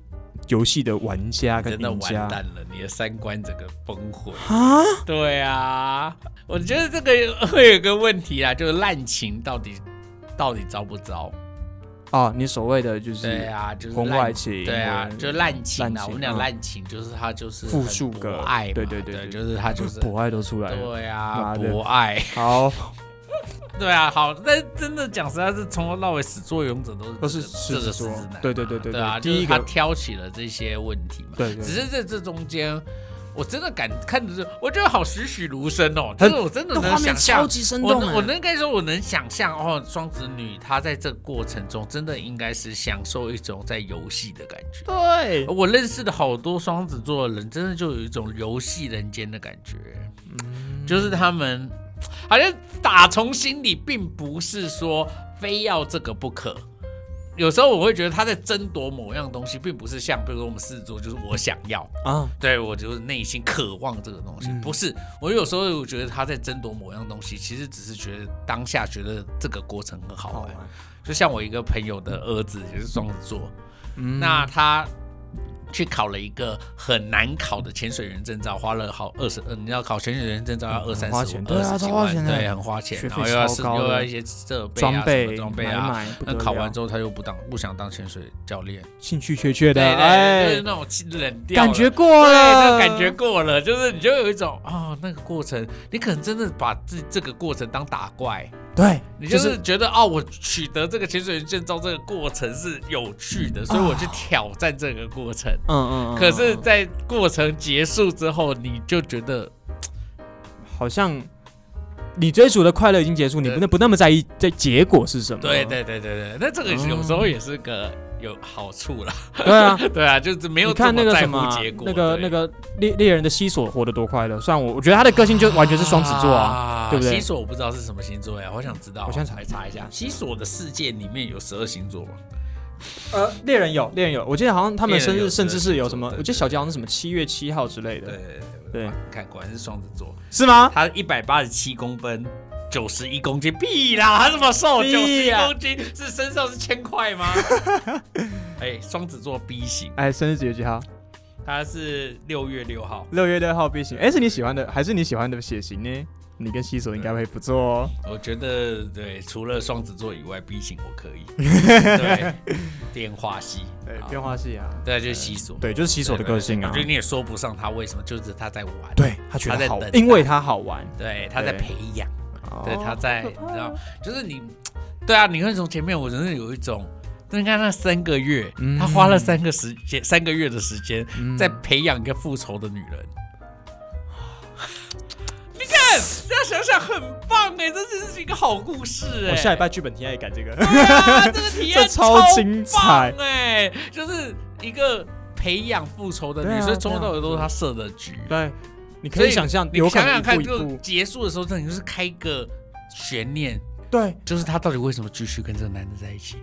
[SPEAKER 2] 游戏的玩家跟
[SPEAKER 1] 真的
[SPEAKER 2] 赢
[SPEAKER 1] 完
[SPEAKER 2] 家。
[SPEAKER 1] 蛋了，你的三观整个崩毁。
[SPEAKER 2] 啊，
[SPEAKER 1] 对啊，我觉得这个会有个问题啊，就是滥情到底到底招不招？
[SPEAKER 2] 哦，你所谓的就
[SPEAKER 1] 对
[SPEAKER 2] 是
[SPEAKER 1] 啊，就是
[SPEAKER 2] 婚
[SPEAKER 1] 滥
[SPEAKER 2] 外情，
[SPEAKER 1] 对啊，就滥情
[SPEAKER 2] 滥
[SPEAKER 1] 啊。
[SPEAKER 2] 情
[SPEAKER 1] 我们讲
[SPEAKER 2] 嗯
[SPEAKER 1] 滥情，就是他就是
[SPEAKER 2] 复
[SPEAKER 1] 很
[SPEAKER 2] 数
[SPEAKER 1] 博
[SPEAKER 2] 个
[SPEAKER 1] 爱嘛，
[SPEAKER 2] 对对对
[SPEAKER 1] 对，
[SPEAKER 2] *laughs* 对
[SPEAKER 1] 就是他就是
[SPEAKER 2] 博爱都出来了。
[SPEAKER 1] 对啊，
[SPEAKER 2] 妈的
[SPEAKER 1] 博爱。
[SPEAKER 2] 好，
[SPEAKER 1] 对啊，好，但是真的讲实在是从头到尾始作俑者都是
[SPEAKER 2] 都是
[SPEAKER 1] 这个
[SPEAKER 2] 狮
[SPEAKER 1] 这
[SPEAKER 2] 子
[SPEAKER 1] 个
[SPEAKER 2] 座
[SPEAKER 1] 狮子男啊，
[SPEAKER 2] 对对对对
[SPEAKER 1] 对啊，
[SPEAKER 2] 对
[SPEAKER 1] 就是
[SPEAKER 2] 第一
[SPEAKER 1] 他
[SPEAKER 2] 个
[SPEAKER 1] 挑起了这些问题嘛，
[SPEAKER 2] 对对
[SPEAKER 1] 只是在这中间。我真的感看着这，我觉得好栩栩如生哦，就
[SPEAKER 2] 很
[SPEAKER 1] 是我真的
[SPEAKER 2] 那
[SPEAKER 1] 能
[SPEAKER 2] 画面
[SPEAKER 1] 想象
[SPEAKER 2] 超级生
[SPEAKER 1] 我
[SPEAKER 2] 动
[SPEAKER 1] 能
[SPEAKER 2] 哎
[SPEAKER 1] 我能跟你说，我能想象哦，双子女她在这个过程中真的应该是享受一种在游戏的感觉。
[SPEAKER 2] 对，
[SPEAKER 1] 我认识的好多双子座的人，真的就有一种游戏人间的感觉，
[SPEAKER 2] 嗯
[SPEAKER 1] 就是他们好像打从心里并不是说非要这个不可。有时候我会觉得他在争夺某样东西，并不是像比如说我们狮子座，就是我想要，
[SPEAKER 2] 啊，
[SPEAKER 1] 对我就是内心渴望这个东
[SPEAKER 2] 嗯
[SPEAKER 1] 西，不是。我有时候我觉得他在争夺某样东西，其实只是觉得当下觉得这个过程很好
[SPEAKER 2] 好
[SPEAKER 1] 玩
[SPEAKER 2] 玩。，
[SPEAKER 1] 就像我一个朋友的儿子也是双子座，
[SPEAKER 2] 嗯
[SPEAKER 1] 那啊他去考了一个很难考的潜水员证照，花了好二十，呃你要考潜水员证照要二三
[SPEAKER 2] 花
[SPEAKER 1] 十
[SPEAKER 2] 钱
[SPEAKER 1] 万，
[SPEAKER 2] 对啊
[SPEAKER 1] 二十几
[SPEAKER 2] 超花
[SPEAKER 1] 万，
[SPEAKER 2] 钱的
[SPEAKER 1] 对，很花钱，
[SPEAKER 2] 学
[SPEAKER 1] 然
[SPEAKER 2] 费
[SPEAKER 1] 后又要
[SPEAKER 2] 超
[SPEAKER 1] 是
[SPEAKER 2] 高的
[SPEAKER 1] 又要一些设备啊、
[SPEAKER 2] 装备
[SPEAKER 1] 什么装备
[SPEAKER 2] 买
[SPEAKER 1] 啊。
[SPEAKER 2] 买，不
[SPEAKER 1] 那
[SPEAKER 2] 得
[SPEAKER 1] 考完
[SPEAKER 2] 了
[SPEAKER 1] 之后，他又不当不想当潜水教练，
[SPEAKER 2] 兴趣缺缺的，
[SPEAKER 1] 对对，就是
[SPEAKER 2] 哎，
[SPEAKER 1] 那种气冷掉了
[SPEAKER 2] 感觉过
[SPEAKER 1] 对，那
[SPEAKER 2] 了，
[SPEAKER 1] 个感觉过了，就是你就有一种哦，那个过程，你可能真的把这这个过程当打怪，
[SPEAKER 2] 对，
[SPEAKER 1] 你就
[SPEAKER 2] 就是
[SPEAKER 1] 觉得哦，我取得这个潜水员证照这个过程是有趣的，所以我去挑战这个过程。
[SPEAKER 2] 嗯啊嗯，嗯
[SPEAKER 1] 可是，
[SPEAKER 2] 嗯
[SPEAKER 1] 在过程结束之后，你就觉得
[SPEAKER 2] 嗯好像你追逐的快乐已经结束，你不能不那么在意这结果是什么，
[SPEAKER 1] 对对对对对，那这个有时候也是个有好处啦。 *laughs*
[SPEAKER 2] 对啊，
[SPEAKER 1] 对啊，就是没有
[SPEAKER 2] 你看那
[SPEAKER 1] 这么
[SPEAKER 2] 个
[SPEAKER 1] 在
[SPEAKER 2] 什么
[SPEAKER 1] 乎
[SPEAKER 2] 啊
[SPEAKER 1] 结，果，
[SPEAKER 2] 那个
[SPEAKER 1] 对
[SPEAKER 2] 那个猎猎人的西索活得多快乐，虽然我我觉得他的个性就完全是双子座啊，对不对
[SPEAKER 1] 西索我不知道是什么星座哎呀，我想知道，
[SPEAKER 2] 我现在查
[SPEAKER 1] 来查一下。西索的世界里面有十二星座吗？
[SPEAKER 2] 呃，猎人有猎人有，我记得好像他们生
[SPEAKER 1] 猎人有
[SPEAKER 2] 日甚至是有什么
[SPEAKER 1] 对，对
[SPEAKER 2] 我记得小杰好像是什么七月七号之类的，
[SPEAKER 1] 对
[SPEAKER 2] 对，
[SPEAKER 1] 看果然是双子座，
[SPEAKER 2] 是吗？
[SPEAKER 1] 他一百八十七公分。九十一公斤，屁啦！他这么瘦，九十
[SPEAKER 2] 屁
[SPEAKER 1] 一
[SPEAKER 2] 啊
[SPEAKER 1] 公斤是身上是千块吗？ *laughs* 哎，双子座 B 型，
[SPEAKER 2] 哎，生日几月几号？
[SPEAKER 1] 他是六月六号，
[SPEAKER 2] 六月六号 B 型，哎，是你喜欢的，还是你喜欢的血型呢？你跟西索应该会不错哦。
[SPEAKER 1] 我觉得对，除了双子座以外，B 型我
[SPEAKER 2] *laughs*
[SPEAKER 1] 可以。对，电话系，
[SPEAKER 2] 对，
[SPEAKER 1] 好
[SPEAKER 2] 变化系啊，
[SPEAKER 1] 对，就是西索，
[SPEAKER 2] 对，就是西索的个性
[SPEAKER 1] 我
[SPEAKER 2] 啊
[SPEAKER 1] 觉，得你也说不上他为什么，就是他在玩，
[SPEAKER 2] 对他觉
[SPEAKER 1] 他在
[SPEAKER 2] 得好
[SPEAKER 1] 等，待
[SPEAKER 2] 因为他好玩，
[SPEAKER 1] 对，他在
[SPEAKER 2] 对
[SPEAKER 1] 培养，对，
[SPEAKER 2] 哦
[SPEAKER 1] 他在，你知道，就是你，对啊，你会从前面，我真的有一种。你看那三个月，
[SPEAKER 2] 嗯
[SPEAKER 1] 他花了三个时间，三个月的时间
[SPEAKER 2] 嗯
[SPEAKER 1] 在培养一个复仇的女人。 *sighs* 你看，这样想想很棒哎、这真是一个好故事哎、
[SPEAKER 2] 我下
[SPEAKER 1] *laughs*
[SPEAKER 2] 礼拜剧本提案也改这个，
[SPEAKER 1] 啊，这个体验
[SPEAKER 2] *laughs* 这超精彩
[SPEAKER 1] 棒哎、就是一个培养复仇的
[SPEAKER 2] 对
[SPEAKER 1] 女，
[SPEAKER 2] 啊
[SPEAKER 1] 所以从头到尾都是她设的局。
[SPEAKER 2] 对，你
[SPEAKER 1] 所
[SPEAKER 2] 可以想象，
[SPEAKER 1] 你
[SPEAKER 2] 有可
[SPEAKER 1] 想
[SPEAKER 2] 能
[SPEAKER 1] 想看，
[SPEAKER 2] 一步一
[SPEAKER 1] 就
[SPEAKER 2] 步，
[SPEAKER 1] 结束的时候，真的就是开一个悬念，
[SPEAKER 2] 对，
[SPEAKER 1] 就是她到底为什么继续跟这个男的在一起？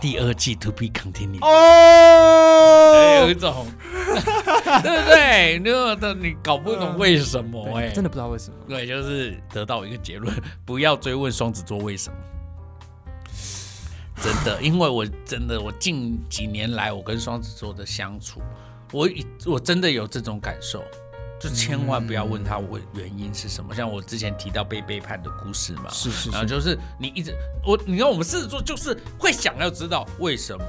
[SPEAKER 1] 第二季 To Be Continued。对，有一
[SPEAKER 2] 哦，
[SPEAKER 1] 种， *laughs* 对不 *laughs* 对？那个你搞不懂为什么哎、
[SPEAKER 2] 对真的不知道为什么，
[SPEAKER 1] 对，就是得到一个结论，不要追问双子座为什么。真的，因为我真的，我近几年来我跟双子座的相处，我一我真的有这种感受，就千万不要问他
[SPEAKER 2] 嗯
[SPEAKER 1] 我原因是什么。像我之前提到被背叛的故事嘛，
[SPEAKER 2] 是是
[SPEAKER 1] 然后
[SPEAKER 2] 是
[SPEAKER 1] 就是你一直我，你看我们狮子座就是会想要知道为什么，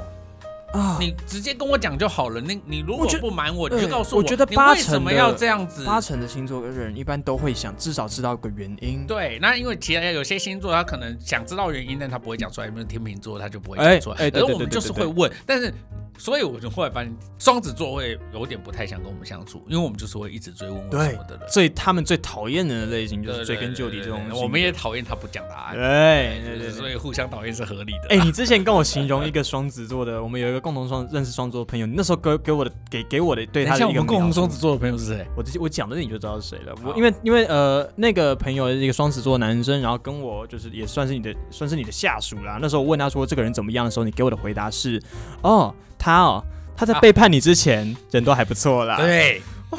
[SPEAKER 2] 啊，
[SPEAKER 1] 你直接跟我讲就好了。你你如果
[SPEAKER 2] 我觉
[SPEAKER 1] 不瞒我，你就
[SPEAKER 2] 对
[SPEAKER 1] 告诉
[SPEAKER 2] 我觉得
[SPEAKER 1] 你
[SPEAKER 2] 八
[SPEAKER 1] 为什
[SPEAKER 2] 成
[SPEAKER 1] 么
[SPEAKER 2] 的
[SPEAKER 1] 要这样子，
[SPEAKER 2] 八成的星座的人一般都会想至少知道个原因，
[SPEAKER 1] 对，那因为其他有些星座他可能想知道原因，但他不会讲出来。因为天秤座他就不会
[SPEAKER 2] 哎
[SPEAKER 1] 讲出来，
[SPEAKER 2] 哎对
[SPEAKER 1] 而
[SPEAKER 2] 对
[SPEAKER 1] 我们
[SPEAKER 2] 对
[SPEAKER 1] 就是
[SPEAKER 2] 对对
[SPEAKER 1] 会问。但是，所以我就后来发现，双子座会有点不太想跟我们相处，因为我们就是会一直追问为什
[SPEAKER 2] 对
[SPEAKER 1] 么的人，，
[SPEAKER 2] 最他们最讨厌人的类型就是
[SPEAKER 1] 对
[SPEAKER 2] 追根究底这种
[SPEAKER 1] 对对
[SPEAKER 2] 性
[SPEAKER 1] 对
[SPEAKER 2] 格，
[SPEAKER 1] 我们也讨厌他不讲答案，
[SPEAKER 2] 对
[SPEAKER 1] 对
[SPEAKER 2] 对对
[SPEAKER 1] 所
[SPEAKER 2] 对。
[SPEAKER 1] 以互相讨厌是合理的。
[SPEAKER 2] *laughs* 哎，你之前跟我形容一个双子座的，我们有一个共同双认识双子座的朋友，你那时候给给我的给给我的对他
[SPEAKER 1] 等一
[SPEAKER 2] 的
[SPEAKER 1] 下，
[SPEAKER 2] 一
[SPEAKER 1] 我们
[SPEAKER 2] 个
[SPEAKER 1] 共同
[SPEAKER 2] 描述
[SPEAKER 1] 双子座的朋友是谁？
[SPEAKER 2] 我直接我讲的你就知道是谁了。我
[SPEAKER 1] 好
[SPEAKER 2] 因为因为呃，那个朋友一个双子座男生，然后跟我就是也算是你的算是你的下属啦。那时候我问他说这个人怎么样的时候，你给我的回答是，哦，他哦。他在
[SPEAKER 1] 啊
[SPEAKER 2] 背叛你之前，人都还不错啦。，
[SPEAKER 1] 对
[SPEAKER 2] 哦，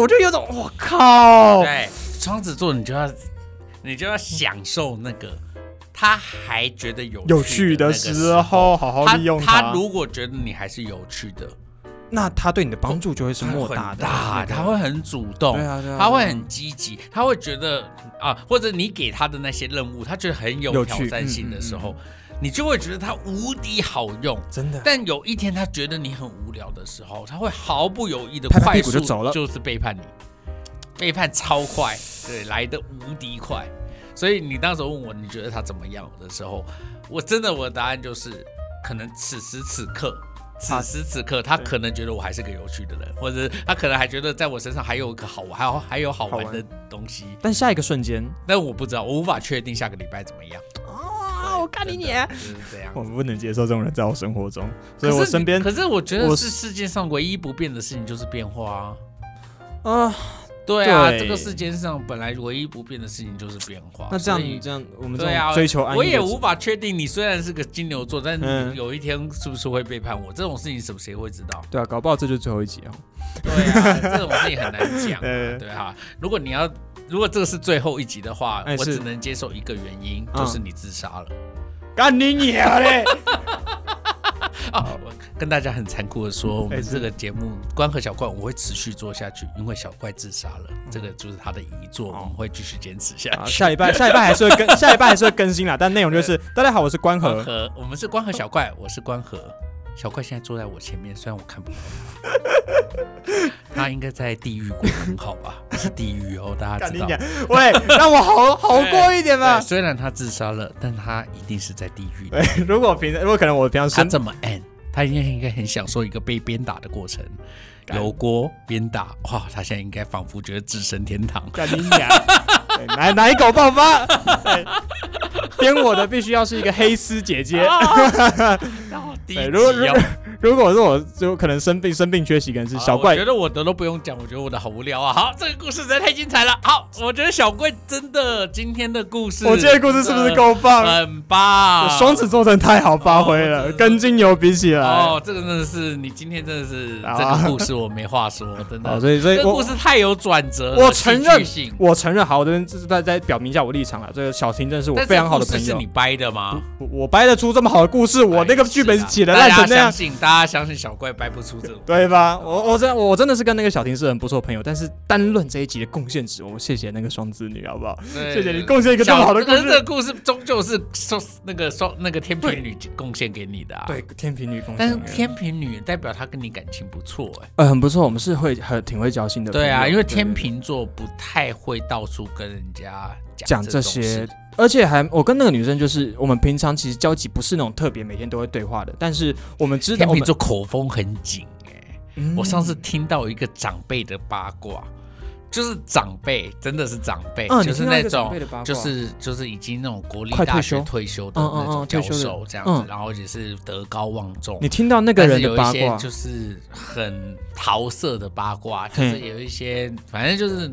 [SPEAKER 2] 我就有种，我靠，
[SPEAKER 1] 对，双子座你就要你就要享受那个他还觉得有
[SPEAKER 2] 有趣
[SPEAKER 1] 的
[SPEAKER 2] 的
[SPEAKER 1] 那个
[SPEAKER 2] 时候好好
[SPEAKER 1] 他
[SPEAKER 2] 利用
[SPEAKER 1] 他如果觉得你还是有趣的，
[SPEAKER 2] 那他对你的帮助就会是莫
[SPEAKER 1] 很
[SPEAKER 2] 大的，
[SPEAKER 1] 大，
[SPEAKER 2] 对
[SPEAKER 1] 他会很主动，
[SPEAKER 2] 对啊对啊
[SPEAKER 1] 他会很积极，他会觉得啊，或者你给他的那些任务，他觉得很有
[SPEAKER 2] 有
[SPEAKER 1] 挑
[SPEAKER 2] 趣
[SPEAKER 1] 战性
[SPEAKER 2] 嗯
[SPEAKER 1] 的
[SPEAKER 2] 嗯
[SPEAKER 1] 时候，你就会觉得他无敌好用。
[SPEAKER 2] 真 *laughs* 的
[SPEAKER 1] 但有一天他觉得你很无聊的时候，他会毫不犹豫的
[SPEAKER 2] 拍拍
[SPEAKER 1] 快
[SPEAKER 2] 屁股
[SPEAKER 1] 速
[SPEAKER 2] 就走了
[SPEAKER 1] 就是背叛你，背叛超快，对，来的无敌快。所以你当时问我你觉得他怎么样的时候，我真的我的答案就是，可能此时此刻。此
[SPEAKER 2] 他
[SPEAKER 1] 时此刻，他可能觉得我还是个有趣的人，或者是他可能还觉得在我身上还有个好玩，还有还有好玩
[SPEAKER 2] 好
[SPEAKER 1] 的
[SPEAKER 2] 玩
[SPEAKER 1] 东西，
[SPEAKER 2] 但下一个瞬间，
[SPEAKER 1] 但我不知道，我无法确定下个礼拜怎么样。
[SPEAKER 2] 啊，我干你娘！
[SPEAKER 1] 就是这样。
[SPEAKER 2] 我不能接受这种人在我生活中，所以我身边
[SPEAKER 1] 可是我觉得
[SPEAKER 2] 我
[SPEAKER 1] 是世界上唯一不变的事情就是变化啊。
[SPEAKER 2] 啊，
[SPEAKER 1] 对啊，
[SPEAKER 2] 对
[SPEAKER 1] 这个世界上本来唯一不变的事情就是变化。
[SPEAKER 2] 那这样
[SPEAKER 1] 哦所以
[SPEAKER 2] 这样，我们这
[SPEAKER 1] 对啊，
[SPEAKER 2] 种追求安逸，
[SPEAKER 1] 我也无，法确定你虽然是个金牛座，但你
[SPEAKER 2] 嗯
[SPEAKER 1] 有一天是不是会背叛我？这种事情什么谁会知
[SPEAKER 2] *laughs*
[SPEAKER 1] 道？
[SPEAKER 2] 对啊，搞不好这就是最后一集哦。
[SPEAKER 1] 对啊，这种事情很难讲啊、
[SPEAKER 2] *laughs* 对
[SPEAKER 1] 对哈、如果你要，如果这个是最后一集的话，
[SPEAKER 2] 哎
[SPEAKER 1] 我
[SPEAKER 2] 是
[SPEAKER 1] 只能接受一个原因，
[SPEAKER 2] 嗯
[SPEAKER 1] 就是你自杀了。
[SPEAKER 2] 干你娘嘞！
[SPEAKER 1] 啊，我 *laughs* 跟大家很残酷的说，我们
[SPEAKER 2] 哎是
[SPEAKER 1] 这个节目《关和小怪》我会持续做下去，因为小怪自杀了，这个就是他的遗作，我们会继续坚持下
[SPEAKER 2] *laughs* 嗯啊，
[SPEAKER 1] 去。
[SPEAKER 2] 下礼拜下礼拜还是会
[SPEAKER 1] *laughs*
[SPEAKER 2] 更，下礼拜还是会更新啦，但内容就是，大家好，我是关
[SPEAKER 1] 关
[SPEAKER 2] 河，
[SPEAKER 1] 和，我们是关和小怪，我是关和。小怪现在坐在我前面，虽然我看不到他，
[SPEAKER 2] *laughs*
[SPEAKER 1] 他应该在地狱过得很好吧？不是地狱哦，大家
[SPEAKER 2] 干
[SPEAKER 1] 知
[SPEAKER 2] 你
[SPEAKER 1] 道
[SPEAKER 2] 娘。！ *laughs* 啊喂，让我好好过一点吧
[SPEAKER 1] 对，。虽然他自杀了，但他一定是在地狱的。
[SPEAKER 2] 对，如果平如果可能，我平常
[SPEAKER 1] 他
[SPEAKER 2] 生
[SPEAKER 1] 这么 N，他应该应该很享受一个被鞭打的过程，
[SPEAKER 2] 干
[SPEAKER 1] 油锅鞭打，哇，他现在应该仿佛觉得置身天堂。
[SPEAKER 2] *laughs* 干你娘！对奶奶狗爆发， *laughs* 对编我的必须要是一个黑丝姐姐。
[SPEAKER 1] *laughs* 然后第一
[SPEAKER 2] 对，
[SPEAKER 1] 集
[SPEAKER 2] 如果如
[SPEAKER 1] 要
[SPEAKER 2] 果如果是我，就可能生病生病缺席，可能是小
[SPEAKER 1] 啊好我
[SPEAKER 2] 怪
[SPEAKER 1] 觉得我的都不用讲，我觉得我的好无聊啊。好，这个故事实在太精彩了。好，我觉得小贵真的今天的故事，
[SPEAKER 2] 我今天故事是不是够
[SPEAKER 1] 真
[SPEAKER 2] 棒？
[SPEAKER 1] 的很棒？
[SPEAKER 2] 双子座真的太好发挥
[SPEAKER 1] 哎哦我
[SPEAKER 2] 了，
[SPEAKER 1] 真的
[SPEAKER 2] 跟金牛比起来，
[SPEAKER 1] 哦，这个真的是你今天真的是
[SPEAKER 2] 啊
[SPEAKER 1] 这个故事我没话说，真
[SPEAKER 2] 好，
[SPEAKER 1] *laughs* 的。
[SPEAKER 2] 所以所以
[SPEAKER 1] 这个故
[SPEAKER 2] 我
[SPEAKER 1] 事太有转折了，
[SPEAKER 2] 我承
[SPEAKER 1] 戏剧
[SPEAKER 2] 认
[SPEAKER 1] 性
[SPEAKER 2] 我承认，好，我这边就是在在表明一下我立场了。这个小婷真的是我
[SPEAKER 1] 但
[SPEAKER 2] 非常好的
[SPEAKER 1] 这个
[SPEAKER 2] 朋
[SPEAKER 1] 故事是
[SPEAKER 2] 友
[SPEAKER 1] 你，掰的吗？
[SPEAKER 2] 我我掰得出这么好的故事， *laughs* 我那个剧本写的烂成
[SPEAKER 1] 哎啊
[SPEAKER 2] 那
[SPEAKER 1] 大家相
[SPEAKER 2] 样，
[SPEAKER 1] 信，大家相信小怪掰不出这
[SPEAKER 2] *laughs*
[SPEAKER 1] 种。
[SPEAKER 2] 对吧？我我真我真的是跟那个小婷是很不错的朋友，但是单论这一集的贡献值，我谢谢那个双子女，好不好？
[SPEAKER 1] 对
[SPEAKER 2] 谢谢你。贡献一个这么
[SPEAKER 1] 小
[SPEAKER 2] 好的故
[SPEAKER 1] 可是这
[SPEAKER 2] 事
[SPEAKER 1] 个。故事终究是双那个双那个天平女贡献给你的啊。
[SPEAKER 2] 对，，天平女贡献，
[SPEAKER 1] 但是天平女代表她跟你感情不错哎、
[SPEAKER 2] 呃很不错，我们是会很挺会交心的朋友。
[SPEAKER 1] 对啊，因为
[SPEAKER 2] 对
[SPEAKER 1] 天
[SPEAKER 2] 对对
[SPEAKER 1] 秤座不太会到处跟人家
[SPEAKER 2] 讲
[SPEAKER 1] 这
[SPEAKER 2] 这
[SPEAKER 1] 种事
[SPEAKER 2] 些，而且还我跟那个女生就是我们平常其实交集不是那种特别每天都会对话的，但是我们知道
[SPEAKER 1] 天
[SPEAKER 2] 我
[SPEAKER 1] 秤
[SPEAKER 2] 们嗯
[SPEAKER 1] 座口风很紧哎、我上次听到一个长辈的八卦，就是长辈，真的是长辈，
[SPEAKER 2] 嗯
[SPEAKER 1] 就
[SPEAKER 2] 你
[SPEAKER 1] 是
[SPEAKER 2] 听到
[SPEAKER 1] 那
[SPEAKER 2] 一个长
[SPEAKER 1] 种
[SPEAKER 2] 辈的八卦
[SPEAKER 1] 就是就是已经那种国立
[SPEAKER 2] 快退
[SPEAKER 1] 大学
[SPEAKER 2] 休
[SPEAKER 1] 退休的
[SPEAKER 2] 嗯
[SPEAKER 1] 那
[SPEAKER 2] 嗯
[SPEAKER 1] 种
[SPEAKER 2] 嗯
[SPEAKER 1] 教
[SPEAKER 2] 退休的
[SPEAKER 1] 授这样子，
[SPEAKER 2] 嗯
[SPEAKER 1] 然后也是德高望重。
[SPEAKER 2] 你听到那个
[SPEAKER 1] 但是
[SPEAKER 2] 人的
[SPEAKER 1] 有一
[SPEAKER 2] 八
[SPEAKER 1] 些
[SPEAKER 2] 卦，
[SPEAKER 1] 就是很桃色的八卦，就是
[SPEAKER 2] 嘿
[SPEAKER 1] 有一些反正就是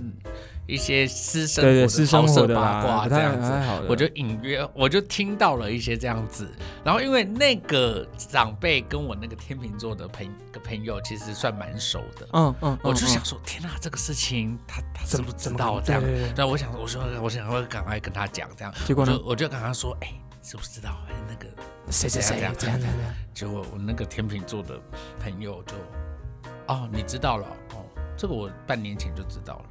[SPEAKER 1] 一些私生活
[SPEAKER 2] 对
[SPEAKER 1] 的
[SPEAKER 2] 对，私生活的
[SPEAKER 1] 桃色八
[SPEAKER 2] 啦，啊
[SPEAKER 1] 卦
[SPEAKER 2] 不
[SPEAKER 1] 这
[SPEAKER 2] 太
[SPEAKER 1] 样
[SPEAKER 2] 不
[SPEAKER 1] 子。
[SPEAKER 2] 太好的。嗯
[SPEAKER 1] 我就隐约我就听到了一些这样子，然后因为那个长辈跟我那个天秤座的朋朋友其实算蛮熟的，
[SPEAKER 2] 嗯嗯，嗯
[SPEAKER 1] 我就想
[SPEAKER 2] 嗯
[SPEAKER 1] 说，天哪，这个事情他他知
[SPEAKER 2] 怎
[SPEAKER 1] 不
[SPEAKER 2] 么
[SPEAKER 1] 知
[SPEAKER 2] 怎么
[SPEAKER 1] 道
[SPEAKER 2] 可能
[SPEAKER 1] 这样
[SPEAKER 2] 对对对？
[SPEAKER 1] 然后我想，我说我想要赶快跟他讲这样，
[SPEAKER 2] 结果呢
[SPEAKER 1] 我就我就跟他说，哎，知不知道哎那个
[SPEAKER 2] 谁
[SPEAKER 1] 怎
[SPEAKER 2] 谁谁
[SPEAKER 1] 样
[SPEAKER 2] 怎样怎样，怎样
[SPEAKER 1] 结果我那个天秤座的朋友就，哦，你知道了哦，这个我半年前就知道了。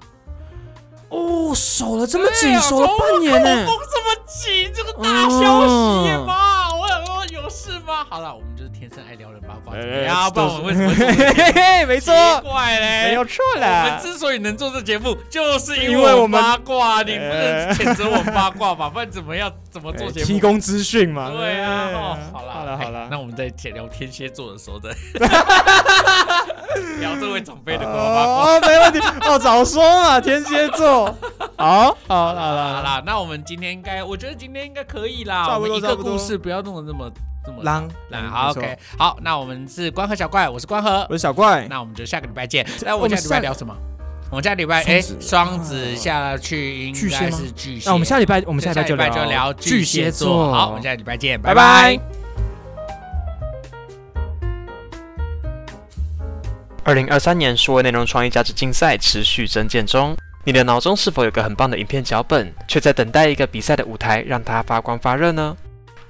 [SPEAKER 2] 哦，守了这么紧，
[SPEAKER 1] 哎呀
[SPEAKER 2] 守了半年呢
[SPEAKER 1] 口。风这么紧，这个大消息嘛，我想说有事吗？好了，我们就是天生爱聊人八卦，
[SPEAKER 2] 哎
[SPEAKER 1] 怎么
[SPEAKER 2] 哎
[SPEAKER 1] 样？不然我们为什么
[SPEAKER 2] 嘿
[SPEAKER 1] 会
[SPEAKER 2] 嘿嘿，没
[SPEAKER 1] 这
[SPEAKER 2] 错，
[SPEAKER 1] 么奇怪嘞？
[SPEAKER 2] 没有错
[SPEAKER 1] *laughs* 我们
[SPEAKER 2] 啦。
[SPEAKER 1] 之所以能做这节目，就是因
[SPEAKER 2] 因为
[SPEAKER 1] 为
[SPEAKER 2] 我
[SPEAKER 1] 我
[SPEAKER 2] 们
[SPEAKER 1] 八卦，你不能
[SPEAKER 2] 哎
[SPEAKER 1] 谴责我八卦吧？不然怎么样？怎么做节
[SPEAKER 2] 提
[SPEAKER 1] 目？
[SPEAKER 2] 供资讯嘛？
[SPEAKER 1] 对啊，哦，好
[SPEAKER 2] 好
[SPEAKER 1] 啦，
[SPEAKER 2] 好了
[SPEAKER 1] 哎
[SPEAKER 2] 好了，
[SPEAKER 1] 那我们在聊天蝎座的时
[SPEAKER 2] *laughs*
[SPEAKER 1] 候再聊这位长辈的八卦。
[SPEAKER 2] 哦，没问题。哦，早说嘛，天蝎座。好，好了，好了，
[SPEAKER 1] 好
[SPEAKER 2] 好了。
[SPEAKER 1] 啦，那我们今天应该，我觉得今天应该可以啦。
[SPEAKER 2] 差
[SPEAKER 1] 我
[SPEAKER 2] 不
[SPEAKER 1] 们
[SPEAKER 2] 多
[SPEAKER 1] 一个
[SPEAKER 2] 差不多
[SPEAKER 1] 故事不要弄得那么这么
[SPEAKER 2] 狼，
[SPEAKER 1] 烂。
[SPEAKER 2] 嗯
[SPEAKER 1] 好
[SPEAKER 2] 没错
[SPEAKER 1] ，OK，好，那我们是关河小怪，我是关河
[SPEAKER 2] 我，是小怪。
[SPEAKER 1] 那我们就下个礼拜见。那我
[SPEAKER 2] 我们
[SPEAKER 1] 们下礼拜
[SPEAKER 2] 下
[SPEAKER 1] 聊什么？我们下礼拜哎，
[SPEAKER 2] 双子啊
[SPEAKER 1] 双子下去应
[SPEAKER 2] 巨蟹
[SPEAKER 1] 该
[SPEAKER 2] 吗
[SPEAKER 1] 是巨蟹。
[SPEAKER 2] 那我们下礼拜，我
[SPEAKER 1] 我
[SPEAKER 2] 们下礼拜就
[SPEAKER 1] 就聊
[SPEAKER 2] 巨蟹座。
[SPEAKER 1] 好，我们下礼拜见，拜
[SPEAKER 2] 拜
[SPEAKER 1] 拜
[SPEAKER 2] 拜。
[SPEAKER 3] 二零二三年数位内容创意价值竞赛持续增建中。你的脑中是否有个很棒的影片脚本，却在等待一个比赛的舞台让它发光发热呢？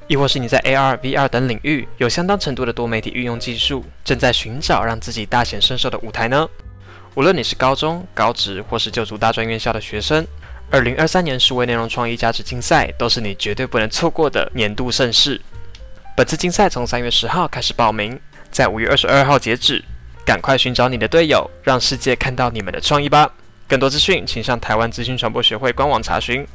[SPEAKER 3] 亦或是你在 AR、VR 等领域有相当程度的多媒体运用技术，正在寻找让自己大显身手的舞台呢？无论你是高中、高职或是就读大专院校的学生，二零二三年数位内容创意价值竞赛都是你绝对不能错过的年度盛事。本次竞赛从三月十号开始报名，在五月二十二号截止。赶快寻找你的队友，让世界看到你们的创意吧！更多资讯，请上台湾资讯传播学会官网查询。